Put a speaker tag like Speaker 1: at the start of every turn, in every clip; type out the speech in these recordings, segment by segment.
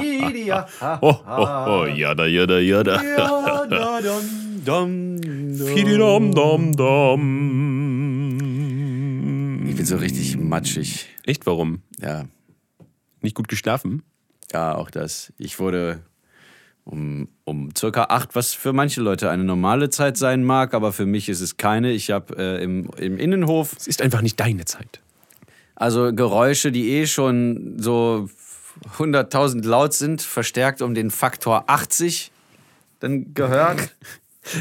Speaker 1: Media.
Speaker 2: Oh, oh, oh, jada, jada, jada.
Speaker 1: Ah. Ja, da, dum, dum, dum.
Speaker 2: Fididom, dom, dom.
Speaker 1: Ich bin so richtig matschig.
Speaker 2: Echt, warum?
Speaker 1: Ja,
Speaker 2: Nicht gut geschlafen?
Speaker 1: ja, auch das. Ich wurde um, um circa acht, was für manche Leute eine normale Zeit sein mag, aber für mich ist es keine. Ich habe äh, im, im Innenhof
Speaker 2: Es ist einfach nicht deine Zeit.
Speaker 1: Also Geräusche, die eh schon so 100.000 laut sind, verstärkt um den Faktor 80 dann gehört.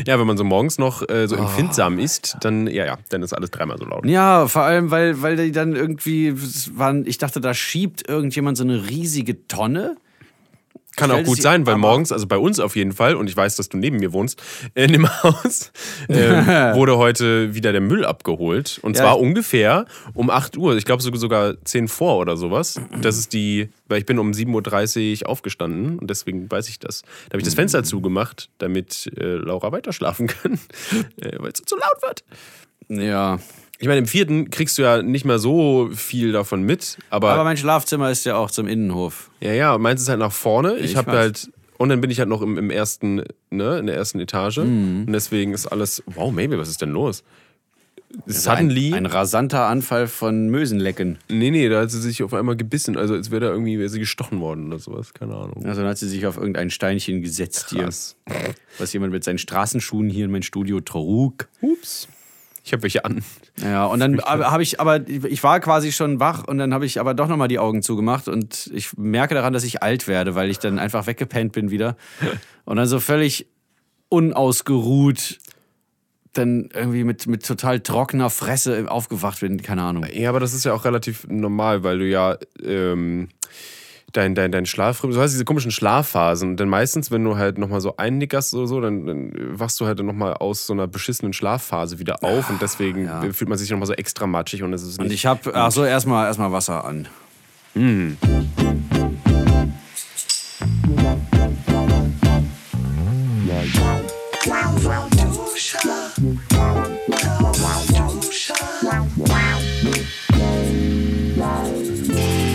Speaker 2: Ja, wenn man so morgens noch äh,
Speaker 1: Ah.
Speaker 2: so empfindsam ist, dann, ja, ja, dann ist alles dreimal so laut.
Speaker 1: Ja, vor allem, weil, weil die dann irgendwie es waren, ich dachte, da schiebt irgendjemand so eine riesige Tonne.
Speaker 2: Kann auch
Speaker 1: stellt
Speaker 2: gut
Speaker 1: sie-
Speaker 2: sein, weil
Speaker 1: aber-
Speaker 2: morgens, also bei uns auf jeden Fall, und ich weiß, dass du neben mir wohnst, in dem Haus, ähm, wurde heute wieder der Müll abgeholt. Und
Speaker 1: Ja,
Speaker 2: zwar
Speaker 1: ich-
Speaker 2: ungefähr um 8 Uhr, ich glaube so- sogar 10 vor oder sowas. Das ist die, weil ich bin um 7.30 Uhr aufgestanden und deswegen weiß ich das. Da habe ich das
Speaker 1: Mhm.
Speaker 2: Fenster zugemacht, damit äh, Laura weiter schlafen kann, äh, weil es so zu laut wird.
Speaker 1: Ja.
Speaker 2: Ich meine, im vierten kriegst du ja nicht mehr so viel davon mit, aber,
Speaker 1: Aber mein Schlafzimmer ist ja auch zum Innenhof.
Speaker 2: ja, ja, meins ist halt nach vorne. Ich,
Speaker 1: Ich
Speaker 2: hab
Speaker 1: weiß.
Speaker 2: halt und dann bin ich halt noch im, im ersten, ne, in der ersten Etage und deswegen ist alles wow, Mabel, was ist denn los? Suddenly,
Speaker 1: Ein, ein rasanter Anfall von Mösenlecken.
Speaker 2: nee, nee, da hat sie sich auf einmal gebissen, also als wäre da irgendwie wäre sie gestochen worden oder sowas, keine Ahnung.
Speaker 1: Also dann hat sie sich auf irgendein Steinchen gesetzt
Speaker 2: Krass.
Speaker 1: hier. Was jemand mit seinen Straßenschuhen hier in mein Studio trug.
Speaker 2: Ups. Ich habe welche an.
Speaker 1: Ja, und dann habe ich aber, ich war quasi schon wach und dann habe ich aber doch nochmal die Augen zugemacht und ich merke daran, dass ich alt werde, weil ich dann einfach weggepennt bin wieder. Und dann so völlig unausgeruht, dann irgendwie mit, mit total trockener Fresse aufgewacht bin, keine Ahnung.
Speaker 2: Ja, aber das ist ja auch relativ normal, weil du ja ähm, dein, dein, dein Schlafrhythmus, du hast diese komischen Schlafphasen. Und dann meistens, wenn du halt nochmal so einnickerst oder so, dann, dann wachst du halt dann nochmal aus so einer beschissenen Schlafphase wieder auf und deswegen fühlt man sich nochmal so extra matschig und es ist
Speaker 1: Ah, Und
Speaker 2: nicht.
Speaker 1: ich habe, ach so, erstmal erstmal Wasser an.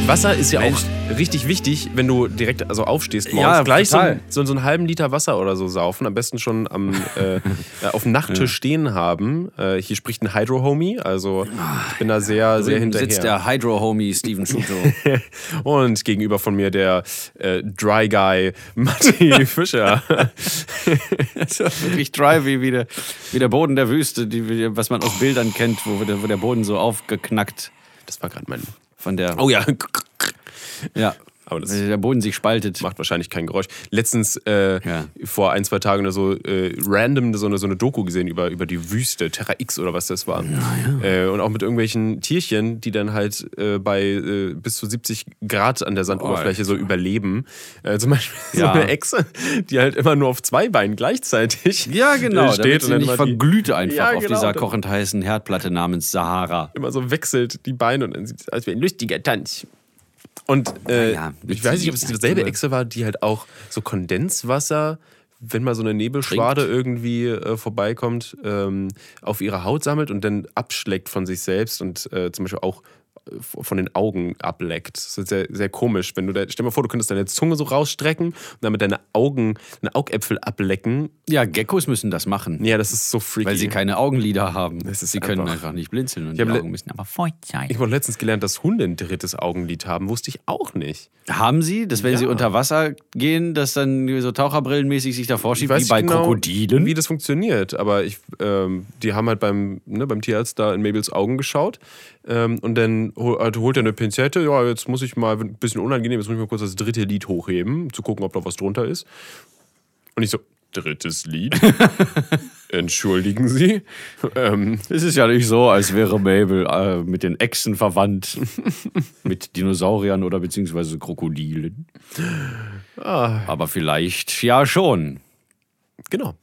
Speaker 2: Wasser ist ja auch richtig wichtig, wenn du direkt also aufstehst morgens.
Speaker 1: Ja,
Speaker 2: Gleich so,
Speaker 1: total.
Speaker 2: ein- so, so einen halben Liter Wasser oder so saufen, am besten schon am, äh, äh, auf dem Nachttisch stehen haben. Äh, hier spricht ein Hydro-Homie, also
Speaker 1: Ah,
Speaker 2: ich bin da sehr, sehr hinterher.
Speaker 1: Also Sitzt der Hydro-Homie Steven Schuto.
Speaker 2: Und gegenüber von mir der äh, Dry Guy Matti Fischer.
Speaker 1: Wirklich dry wie, wie, der, wie der Boden der Wüste, die, was man aus Bildern kennt, wo der, wo der Boden so aufgeknackt
Speaker 2: Das war gerade mein.
Speaker 1: von der.
Speaker 2: Oh ja,
Speaker 1: Ja.
Speaker 2: Aber das-
Speaker 1: Weil der Boden sich spaltet.
Speaker 2: macht wahrscheinlich kein Geräusch. Letztens äh,
Speaker 1: Ja.
Speaker 2: vor ein, zwei Tagen oder so äh, random so eine, so eine Doku gesehen über, über die Wüste, Terra X oder was das war. Äh, und auch mit irgendwelchen Tierchen, die dann halt äh, bei äh, bis zu 70 Grad an der Sandoberfläche so überleben. Äh, zum Beispiel
Speaker 1: Ja.
Speaker 2: so eine Echse, die halt immer nur auf zwei Beinen gleichzeitig
Speaker 1: Ja,
Speaker 2: äh,
Speaker 1: genau.
Speaker 2: steht
Speaker 1: Damit sie
Speaker 2: und
Speaker 1: nicht
Speaker 2: dann immer die-
Speaker 1: verglüht einfach
Speaker 2: Ja,
Speaker 1: auf
Speaker 2: genau,
Speaker 1: dieser
Speaker 2: dann-
Speaker 1: kochend heißen Herdplatte namens Sahara.
Speaker 2: immer so wechselt die Beine und dann sieht es aus wie ein lustiger Tanz. Und äh,
Speaker 1: Ja, ja,
Speaker 2: ich weiß nicht, ob es
Speaker 1: witzige
Speaker 2: dieselbe
Speaker 1: Natur.
Speaker 2: Echse war, die halt auch so Kondenswasser, wenn mal so eine Nebelschwade irgendwie äh, vorbeikommt, ähm, auf ihre Haut sammelt und dann abschleckt von sich selbst und äh, zum Beispiel auch äh, von den Augen ableckt. Das ist sehr, sehr komisch. Wenn du da, stell dir mal vor, du könntest deine Zunge so rausstrecken und damit deine Augen, deine Augäpfel ablecken.
Speaker 1: Ja, Geckos müssen das machen,
Speaker 2: Ja, das ist so freaky.
Speaker 1: weil sie keine Augenlider haben.
Speaker 2: ist
Speaker 1: sie können
Speaker 2: einfach-
Speaker 1: einfach, nicht blinzeln und
Speaker 2: hab
Speaker 1: die
Speaker 2: le-
Speaker 1: Augen müssen aber feucht sein.
Speaker 2: ich habe letztens gelernt, dass Hunde ein drittes Augenlid haben. Wusste ich auch nicht.
Speaker 1: Haben sie, dass wenn sie
Speaker 2: Ja.
Speaker 1: unter Wasser gehen, dass dann so taucherbrillenmäßig sich davor schiebt, wie
Speaker 2: nicht genau,
Speaker 1: bei Krokodilen?
Speaker 2: Wie das funktioniert, aber ich, ähm, die haben halt beim, ne, beim Tierarzt da in Mabels Augen geschaut ähm, und dann hol, halt, holt er eine Pinzette, ja, jetzt muss ich mal, ein bisschen unangenehm, jetzt muss ich mal kurz das dritte Lied hochheben, um zu gucken, ob da was drunter ist. Und ich so, drittes Lied? Entschuldigen Sie? Ähm,
Speaker 1: Es ist ja nicht so, als wäre Mabel äh, mit den Echsen verwandt, mit Dinosauriern oder beziehungsweise Krokodilen. Aber vielleicht ja schon.
Speaker 2: genau.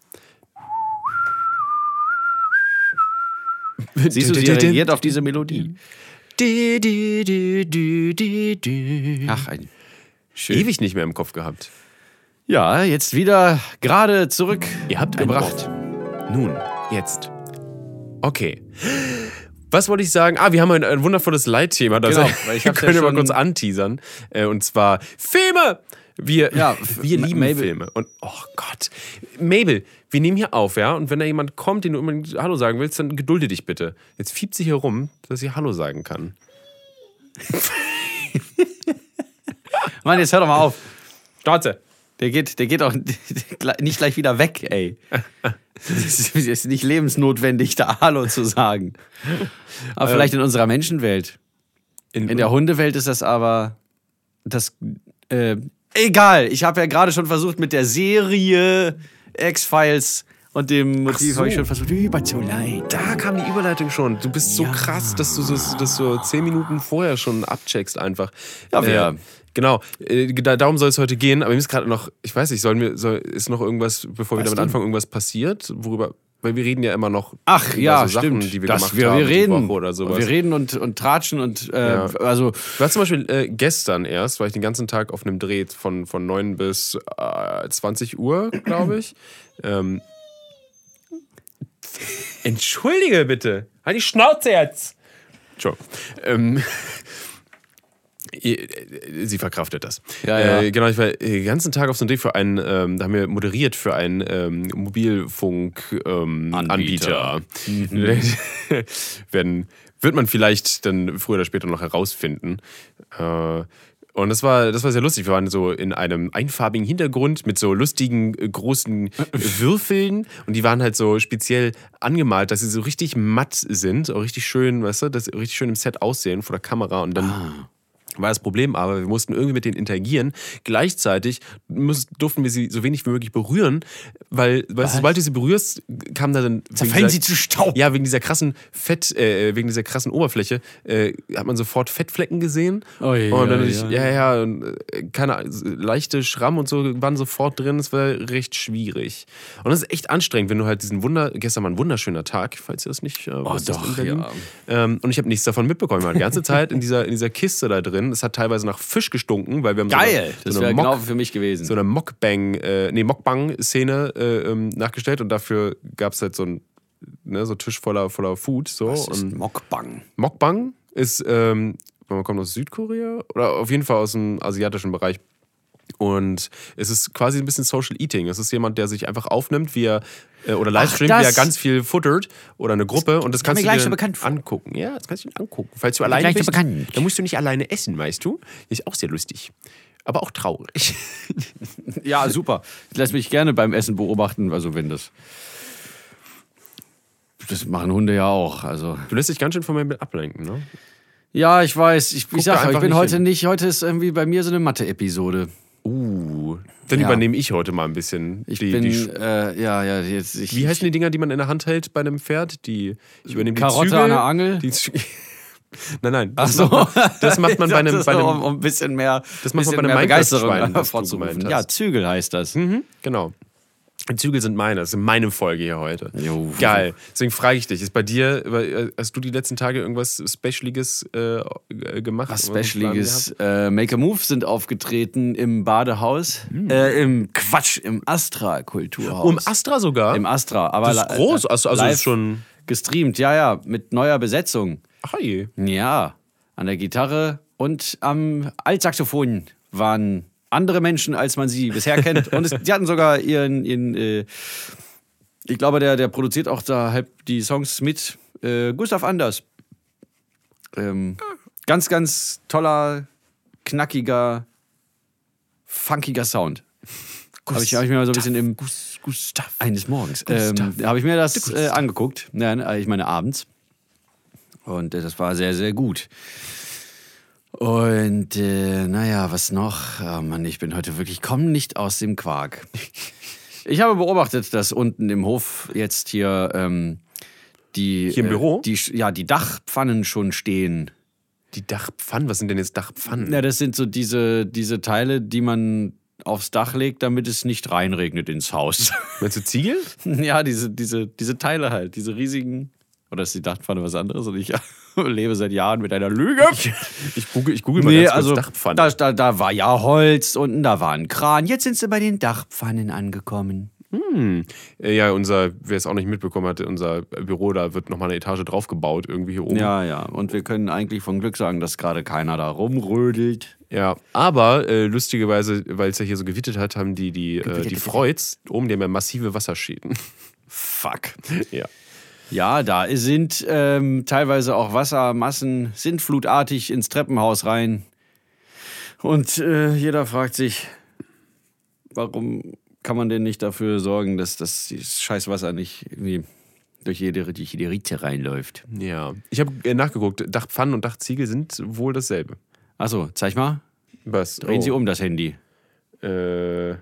Speaker 1: Siehst du, sie reagiert auf diese Melodie. Ach, ein schön.
Speaker 2: Ewig nicht mehr im Kopf gehabt.
Speaker 1: Ja, jetzt wieder gerade zurück.
Speaker 2: Ihr habt
Speaker 1: einen
Speaker 2: gebracht. Nun, jetzt. Okay. Was wollte ich sagen? Ah, wir haben ein, ein wundervolles Leitthema. Das
Speaker 1: Genau, weil
Speaker 2: ich
Speaker 1: ich hab's ja
Speaker 2: können wir mal
Speaker 1: schon-
Speaker 2: kurz anteasern. Äh, und zwar Filme! Wir,
Speaker 1: Ja,
Speaker 2: wir
Speaker 1: Ma-
Speaker 2: lieben
Speaker 1: Mabel.
Speaker 2: Filme. Und oh Gott. Mabel, wir nehmen hier auf, ja? Und wenn da jemand kommt, den du unbedingt Hallo sagen willst, dann gedulde dich bitte. Jetzt fiebt sie hier rum, dass sie Hallo sagen kann.
Speaker 1: Mann, jetzt hör doch mal auf.
Speaker 2: Starze!
Speaker 1: Der geht, der geht auch nicht gleich wieder weg, ey. Das ist nicht lebensnotwendig, da Hallo zu sagen. Aber vielleicht in unserer Menschenwelt. In der Hundewelt ist das aber das äh, egal. Ich habe ja gerade schon versucht mit der Serie X-Files und dem Motiv
Speaker 2: so.
Speaker 1: habe ich schon versucht überzuleiten.
Speaker 2: da kam die Überleitung schon. Du bist so
Speaker 1: Ja.
Speaker 2: krass, dass du das, dass du zehn Minuten vorher schon abcheckst einfach.
Speaker 1: Ja, wir-
Speaker 2: Äh, genau. Äh, da, darum soll es heute gehen. Aber mir ist gerade noch, ich weiß nicht, sollen wir, soll, ist noch irgendwas, bevor wir
Speaker 1: Was
Speaker 2: damit
Speaker 1: denn?
Speaker 2: anfangen, irgendwas passiert, worüber, weil wir reden ja immer noch.
Speaker 1: Ach
Speaker 2: über
Speaker 1: ja,
Speaker 2: so Sachen,
Speaker 1: stimmt.
Speaker 2: die wir
Speaker 1: Das-
Speaker 2: gemacht
Speaker 1: wir,
Speaker 2: haben
Speaker 1: wir
Speaker 2: die
Speaker 1: reden
Speaker 2: Woche oder sowas.
Speaker 1: Wir reden und, und tratschen und äh,
Speaker 2: Ja.
Speaker 1: also
Speaker 2: Ich war zum Beispiel äh, gestern erst, war ich den ganzen Tag auf einem Dreh von, von 9 bis äh, 20 Uhr, glaube ich. ähm, Entschuldige bitte. Halt die Schnauze jetzt. Entschuldigung. Ähm, ihr- äh, Sie verkraftet das.
Speaker 1: Ja, ja.
Speaker 2: Äh, genau, ich war den ganzen Tag auf so einem Dreh für einen, ähm, da haben wir moderiert für einen ähm, Mobilfunkanbieter. Ähm,
Speaker 1: Anbieter.
Speaker 2: Anbieter. Werden, wird man vielleicht dann früher oder später noch herausfinden. Äh, und das war, das war sehr lustig. Wir waren so in einem einfarbigen Hintergrund mit so lustigen äh, großen Würfeln und die waren halt so speziell angemalt, dass sie so richtig matt sind, auch richtig schön, weißt du, dass sie richtig schön im Set aussehen vor der Kamera und dann war das Problem, aber wir mussten irgendwie mit denen interagieren. Gleichzeitig müssen, durften wir sie so wenig wie möglich berühren, weil, weißt du, sobald du sie berührst, kam da dann. wegen
Speaker 1: Zerfallen
Speaker 2: dieser-
Speaker 1: sie zu Staub.
Speaker 2: Ja, wegen dieser krassen Fett, äh, wegen dieser krassen Oberfläche äh, hat man sofort Fettflecken gesehen.
Speaker 1: Oh ja,
Speaker 2: und dann
Speaker 1: ja,
Speaker 2: ich, ja, ja, und, äh, keine Ahnung, leichte Schramm und so waren sofort drin. Es war recht schwierig. Und das ist echt anstrengend, wenn du halt diesen Wunder, gestern war ein wunderschöner Tag, falls ihr das nicht äh, wisst,
Speaker 1: Oh, doch,
Speaker 2: in Berlin.
Speaker 1: ja.
Speaker 2: Ähm, und ich habe nichts davon mitbekommen. Ich war die ganze Zeit in dieser, in dieser Kiste da drin. Es hat teilweise nach Fisch gestunken, weil wir haben
Speaker 1: geil.
Speaker 2: so eine,
Speaker 1: Das
Speaker 2: so eine
Speaker 1: wäre
Speaker 2: Mock-
Speaker 1: genau für mich gewesen.
Speaker 2: so eine Mockbang, äh, nee, Mockbang-Szene äh, ähm, nachgestellt und dafür gab es halt so ein ne, so Tisch voller, voller Food. So.
Speaker 1: das ist
Speaker 2: Und
Speaker 1: Mockbang.
Speaker 2: Mockbang ist, ähm, man kommt aus Südkorea oder auf jeden Fall aus dem asiatischen Bereich. Und es ist quasi ein bisschen Social Eating. Es ist jemand, der sich einfach aufnimmt, wie er äh, oder Livestreamt,
Speaker 1: das-
Speaker 2: wie er ganz viel futtert oder eine Gruppe und das kannst
Speaker 1: mir
Speaker 2: du
Speaker 1: gleich
Speaker 2: dir
Speaker 1: so
Speaker 2: dann
Speaker 1: bekannt vor.
Speaker 2: angucken. Ja, das kannst du dir angucken. Falls du alleine
Speaker 1: gleich so
Speaker 2: bist,
Speaker 1: bekannt.
Speaker 2: dann musst du nicht alleine essen, weißt du? Ist auch sehr lustig. Aber auch traurig.
Speaker 1: Ja, super. Ich lasse mich gerne beim Essen beobachten, also wenn das. Das machen Hunde ja auch. Also.
Speaker 2: Du lässt dich ganz schön von meinem Bild ablenken, ne?
Speaker 1: Ja, ich weiß. Ich,
Speaker 2: Guck
Speaker 1: ich
Speaker 2: da
Speaker 1: sag, ich
Speaker 2: einfach
Speaker 1: bin
Speaker 2: nicht
Speaker 1: heute
Speaker 2: hin.
Speaker 1: nicht. Heute ist irgendwie bei mir so eine Mathe-Episode.
Speaker 2: Uh. Dann
Speaker 1: Ja.
Speaker 2: übernehme ich heute mal ein bisschen
Speaker 1: Ich
Speaker 2: die,
Speaker 1: bin.
Speaker 2: die Sch-
Speaker 1: äh, ja, ja, jetzt. Ich,
Speaker 2: Wie heißen die Dinger, die man in der Hand hält bei einem Pferd? Die ich übernehme die
Speaker 1: Karotte
Speaker 2: Zügel,
Speaker 1: an der Angel?
Speaker 2: Die Zü- nein, nein.
Speaker 1: Ach
Speaker 2: Das
Speaker 1: so.
Speaker 2: macht man, das macht man bei einem,
Speaker 1: Das
Speaker 2: bei
Speaker 1: ist
Speaker 2: einem
Speaker 1: um, um ein bisschen mehr,
Speaker 2: Das macht man
Speaker 1: bisschen
Speaker 2: bei einem
Speaker 1: mehr
Speaker 2: Minecraft-Schwein,
Speaker 1: Begeisterung
Speaker 2: was du gemeint
Speaker 1: vorzurufen.
Speaker 2: hast.
Speaker 1: Ja, Zügel heißt das.
Speaker 2: Mhm, genau. Die Zügel sind meine, das ist meine Folge hier heute.
Speaker 1: Jo.
Speaker 2: Geil. Deswegen frage ich dich, ist bei dir, äh, hast du die letzten Tage irgendwas Specialiges äh, äh, gemacht?
Speaker 1: Was
Speaker 2: Irgendwas geplant
Speaker 1: Specialiges. Äh, Make a Move sind aufgetreten im Badehaus. Äh, Im Quatsch, im Astra-Kulturhaus.
Speaker 2: gehabt? Mhm. Um Astra sogar?
Speaker 1: Im Astra. Aber
Speaker 2: Das ist
Speaker 1: li- äh,
Speaker 2: groß, also- also
Speaker 1: live
Speaker 2: ist schon-
Speaker 1: Gestreamt, ja, ja, mit neuer Besetzung.
Speaker 2: Hi.
Speaker 1: Ja, an der Gitarre und am Altsaxophon waren andere Menschen, als man sie bisher kennt. Und es, die hatten sogar ihren, ihren äh, ich glaube, der, der produziert auch da halt die Songs mit äh, Gustav Anders. Ähm, ganz, ganz toller, knackiger, funkiger Sound. Habe ich, hab ich mir mal so ein bisschen im
Speaker 2: Gustav.
Speaker 1: eines Morgens.
Speaker 2: Gustav.
Speaker 1: Ähm, habe ich mir das äh, angeguckt. Nein, äh, ich meine abends. Und äh, das war sehr, sehr gut. Und äh, naja, was noch? Oh Mann, ich bin heute wirklich, komm nicht aus dem Quark. Ich habe beobachtet, dass unten im Hof jetzt hier ähm, die.
Speaker 2: Hier im
Speaker 1: äh,
Speaker 2: Büro?
Speaker 1: Die, ja, die Dachpfannen schon stehen.
Speaker 2: Die Dachpfannen, was sind denn jetzt Dachpfannen?
Speaker 1: Ja, das sind so diese, diese Teile, die man aufs Dach legt, damit es nicht reinregnet ins Haus.
Speaker 2: Meinst du Ziegel?
Speaker 1: Ja, diese, diese, diese Teile halt, diese riesigen. Oder dass sie dachten, war was anderes und ich lebe seit Jahren mit einer Lüge.
Speaker 2: Ich google, ich google mal ganz kurz Dachpfanne.
Speaker 1: also, da, da, da war ja Holz unten, da war ein Kran. Jetzt sind sie bei den Dachpfannen angekommen.
Speaker 2: Hm. Äh, Ja, unser, wer es auch nicht mitbekommen hat, unser Büro, da wird nochmal eine Etage draufgebaut, irgendwie hier oben.
Speaker 1: Ja, ja. Und wir können eigentlich von Glück sagen, dass gerade keiner da rumrödelt.
Speaker 2: Ja, aber äh, lustigerweise, weil es ja hier so gewittet hat, haben die die, äh, die Freuds oben, die haben ja massive Wasserschäden.
Speaker 1: Fuck.
Speaker 2: ja.
Speaker 1: Ja, da sind ähm, teilweise auch Wassermassen, sind flutartig ins Treppenhaus rein. Und äh, jeder fragt sich, warum kann man denn nicht dafür sorgen, dass das dieses scheiß Wasser nicht irgendwie durch jede, durch jede Ritze reinläuft?
Speaker 2: Ja. Ich habe äh, nachgeguckt, Dachpfannen und Dachziegel sind wohl dasselbe.
Speaker 1: Achso, Also, zeig mal.
Speaker 2: Was?
Speaker 1: Drehen Sie um das Handy.
Speaker 2: Äh,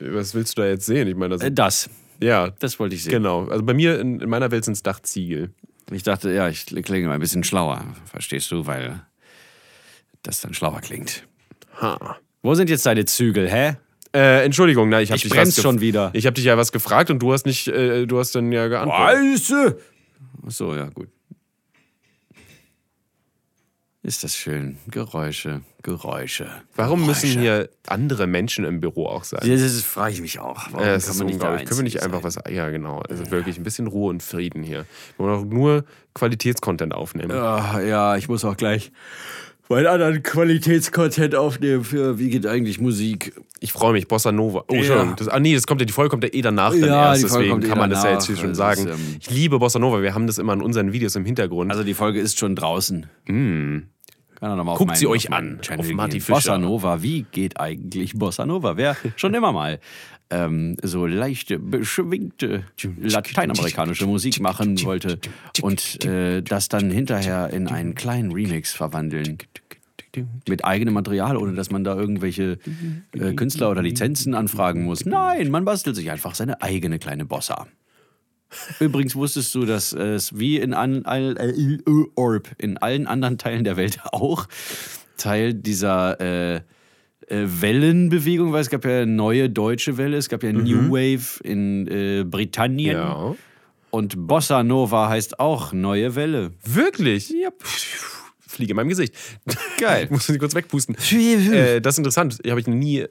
Speaker 2: was willst du da jetzt sehen? Ich meine, das
Speaker 1: Äh, das.
Speaker 2: Ja,
Speaker 1: Das wollte ich sehen.
Speaker 2: genau. Also bei mir, in, in meiner Welt sind es Dachziegel.
Speaker 1: Ich dachte, ja, ich klinge mal ein bisschen schlauer, verstehst du, weil das dann schlauer klingt.
Speaker 2: Ha.
Speaker 1: Wo sind jetzt deine Zügel, hä?
Speaker 2: Äh, Entschuldigung, na, ich habe
Speaker 1: Ich
Speaker 2: dich
Speaker 1: bremse
Speaker 2: was gef-
Speaker 1: schon wieder.
Speaker 2: Ich habe dich ja was gefragt und du hast nicht, äh, du hast dann ja geantwortet.
Speaker 1: Scheiße! Ach so, ja, gut. Ist das schön. Geräusche, Geräusche.
Speaker 2: Warum müssen
Speaker 1: Geräusche.
Speaker 2: hier andere Menschen im Büro auch sein?
Speaker 1: Das, ist- frage ich mich auch. Warum
Speaker 2: Ja, das ist
Speaker 1: da
Speaker 2: unglaublich. Können wir nicht
Speaker 1: einzeln
Speaker 2: einfach
Speaker 1: sein?
Speaker 2: was. Ja, genau. Also wirklich ein bisschen Ruhe und Frieden hier. Wir wollen auch nur Qualitätscontent aufnehmen.
Speaker 1: Ah, ja, ich muss auch gleich meinen anderen Qualitätscontent aufnehmen für Wie geht eigentlich Musik?
Speaker 2: Ich freue mich, Bossa Nova. Oh, Entschuldigung. Das, ah, nee, das kommt ja, die Folge kommt ja eh danach dann
Speaker 1: Ja,
Speaker 2: erst,
Speaker 1: die Folge
Speaker 2: deswegen
Speaker 1: kommt eh
Speaker 2: kann man das ja
Speaker 1: danach.
Speaker 2: jetzt hier schon
Speaker 1: Das
Speaker 2: sagen.
Speaker 1: ist, ähm,
Speaker 2: ich liebe Bossa Nova, wir haben das immer in unseren Videos im Hintergrund.
Speaker 1: Also die Folge ist schon draußen. Kann er noch mal auf
Speaker 2: Hm. Guckt
Speaker 1: meinen-
Speaker 2: sie euch
Speaker 1: auf meinen
Speaker 2: an,
Speaker 1: Channel
Speaker 2: auf
Speaker 1: gehen.
Speaker 2: Marty Fischer.
Speaker 1: Bossa Nova, wie geht eigentlich Bossa Nova? Wer schon immer mal ähm, so leichte, beschwingte lateinamerikanische Musik machen wollte und äh, das dann hinterher in einen kleinen Remix verwandeln. Mit eigenem Material, ohne dass man da irgendwelche äh, Künstler oder Lizenzen anfragen muss. Nein, man bastelt sich einfach seine eigene kleine Bossa. Übrigens wusstest du, dass es wie in, an, all, äh, Orb, in allen anderen Teilen der Welt auch Teil dieser äh, äh, Wellenbewegung war. Es gab ja neue deutsche Welle, es gab ja New Wave in äh, Britannien.
Speaker 2: ja.
Speaker 1: Und Bossa Nova heißt auch neue Welle.
Speaker 2: Wirklich? Ja. Fliege in meinem Gesicht.
Speaker 1: Geil.
Speaker 2: Muss ich kurz wegpusten. Äh, das ist interessant. Habe ich nie äh,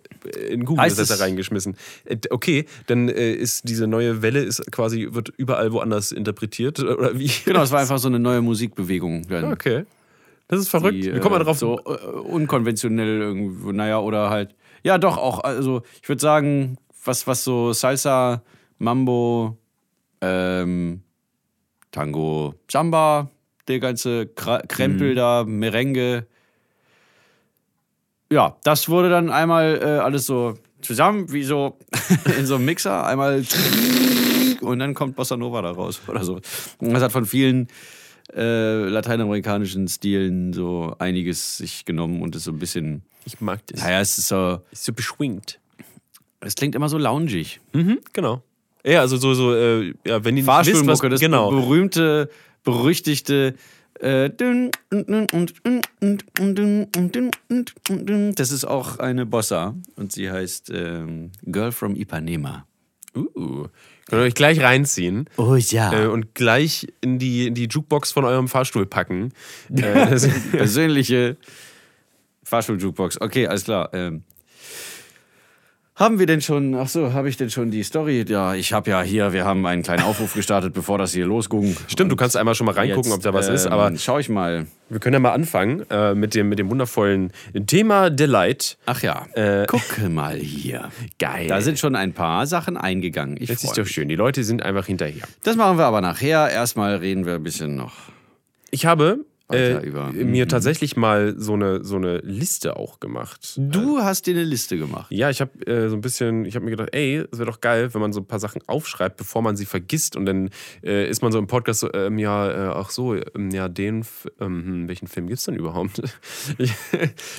Speaker 2: in Google
Speaker 1: Heißt
Speaker 2: das
Speaker 1: es-
Speaker 2: da reingeschmissen. Äh, d- Okay, dann äh, ist diese neue Welle ist quasi wird überall woanders interpretiert äh, oder wie?
Speaker 1: Genau, es war einfach so eine neue Musikbewegung. Dann.
Speaker 2: Okay. Das ist verrückt.
Speaker 1: die,
Speaker 2: Wie kommt man
Speaker 1: äh,
Speaker 2: drauf?
Speaker 1: So äh, unkonventionell irgendwo, naja, oder halt. Ja, doch, auch. Also, ich würde sagen, was, was so Salsa, Mambo, ähm, Tango, Samba, der ganze Kra Krempel
Speaker 2: Mhm.
Speaker 1: da, Merengue. Ja, das wurde dann einmal äh, alles so zusammen, wie so in so einem Mixer, einmal und dann kommt Bossa Nova da raus oder so. Und Das hat von vielen äh, lateinamerikanischen Stilen so einiges sich genommen und ist so ein bisschen.
Speaker 2: Ich mag das.
Speaker 1: Naja, es ist so.
Speaker 2: Ist so beschwingt.
Speaker 1: Es klingt immer so loungig.
Speaker 2: Mhm, genau. Ja, also so so äh, ja, wenn die nicht wisst, was
Speaker 1: Fahrstuhlmucke, das
Speaker 2: genau.
Speaker 1: berühmte, berüchtigte. äh, dün, und, und, und, und, und, und, und, und, und, und, und. Das ist auch eine Bossa und sie heißt ähm, Girl from Ipanema.
Speaker 2: Uh, könnt ihr euch gleich reinziehen.
Speaker 1: Oh ja.
Speaker 2: Äh, und gleich in die, in die Jukebox von eurem Fahrstuhl packen. Äh, das,
Speaker 1: persönliche Fahrstuhl-Jukebox. Okay, alles klar. Ähm, haben wir denn schon, ach so, habe ich denn schon die Story? Ja, ich habe ja hier, wir haben einen kleinen Aufruf gestartet, bevor das hier losging. ähm,
Speaker 2: Stimmt, du kannst einmal schon mal reingucken, ob da was ist, aber
Speaker 1: Schau ich mal.
Speaker 2: wir können ja mal anfangen äh, mit, dem, mit dem wundervollen Thema Delight.
Speaker 1: Ach ja,
Speaker 2: Äh,
Speaker 1: gucke mal hier.
Speaker 2: Geil.
Speaker 1: Da sind schon ein paar Sachen eingegangen. Ich
Speaker 2: das ist
Speaker 1: freu
Speaker 2: doch schön, die Leute sind einfach hinterher.
Speaker 1: mich. das machen wir aber nachher. Erstmal reden wir ein bisschen noch.
Speaker 2: Ich habe
Speaker 1: Weiter
Speaker 2: äh,
Speaker 1: über-
Speaker 2: mir tatsächlich mal so eine, so eine Liste auch gemacht.
Speaker 1: Du hast dir eine Liste gemacht.
Speaker 2: Ja, ich habe äh, so ein bisschen, ich habe mir gedacht, ey, es wäre doch geil, wenn man so ein paar Sachen aufschreibt, bevor man sie vergisst und dann äh, ist man so im Podcast so, ähm, ja, äh, ach so, ähm, ja, den, F- ähm, hm, welchen Film gibt's denn überhaupt?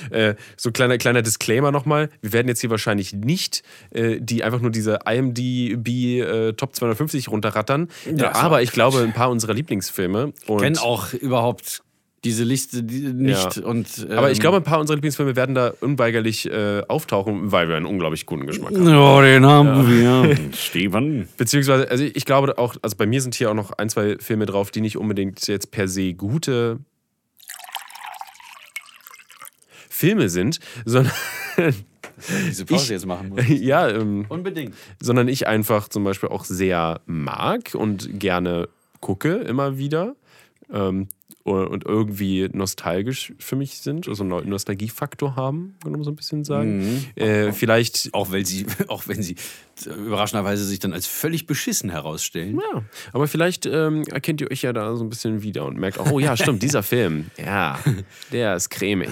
Speaker 2: äh, so kleiner kleiner Disclaimer nochmal, wir werden jetzt hier wahrscheinlich nicht äh, die einfach nur diese IMDb äh, Top 250 runterrattern, äh,
Speaker 1: Ja, ist
Speaker 2: aber ich glaube ein paar unserer Lieblingsfilme und
Speaker 1: Wenn auch überhaupt diese Liste die, nicht.
Speaker 2: Ja.
Speaker 1: Und,
Speaker 2: aber ich
Speaker 1: ähm,
Speaker 2: glaube, ein paar unserer Lieblingsfilme werden da unweigerlich äh, auftauchen, weil wir einen unglaublich guten Geschmack haben.
Speaker 1: Ja, Oh, den haben wir. Steven.
Speaker 2: Beziehungsweise, also ich glaube auch, also bei mir sind hier auch noch ein, zwei Filme drauf, die nicht unbedingt jetzt per se gute Filme sind, sondern
Speaker 1: Diese Pause jetzt machen muss.
Speaker 2: ja, ähm,
Speaker 1: Unbedingt.
Speaker 2: sondern ich einfach zum Beispiel auch sehr mag und gerne gucke immer wieder ähm, und irgendwie nostalgisch für mich sind, also einen Nostalgiefaktor haben, kann man so ein bisschen sagen. Äh, vielleicht
Speaker 1: Auch, weil sie, auch wenn sie äh, überraschenderweise sich dann als völlig beschissen herausstellen.
Speaker 2: Ja, aber vielleicht ähm, erkennt ihr euch ja da so ein bisschen wieder und merkt auch, oh ja, stimmt, dieser Film, ja, der ist cremig.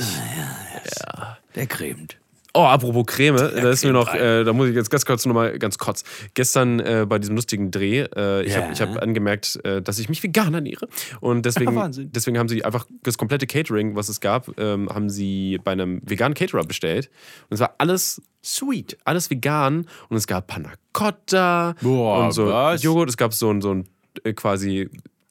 Speaker 1: Der cremt.
Speaker 2: Oh, apropos Creme, da ist mir noch, äh, da muss ich jetzt ganz kurz nochmal, ganz kurz. Gestern äh, bei diesem lustigen Dreh, äh, ich
Speaker 1: Ja.
Speaker 2: habe ich hab angemerkt, äh, dass ich mich vegan ernähre. Und deswegen,
Speaker 1: Wahnsinn.
Speaker 2: deswegen haben sie einfach das komplette Catering, was es gab, ähm, haben sie bei einem veganen Caterer bestellt. Und es war alles
Speaker 1: Sweet.
Speaker 2: alles vegan und es gab Panna Cotta
Speaker 1: Boah,
Speaker 2: und so
Speaker 1: was?
Speaker 2: Joghurt. Es gab so ein, so ein äh, quasi,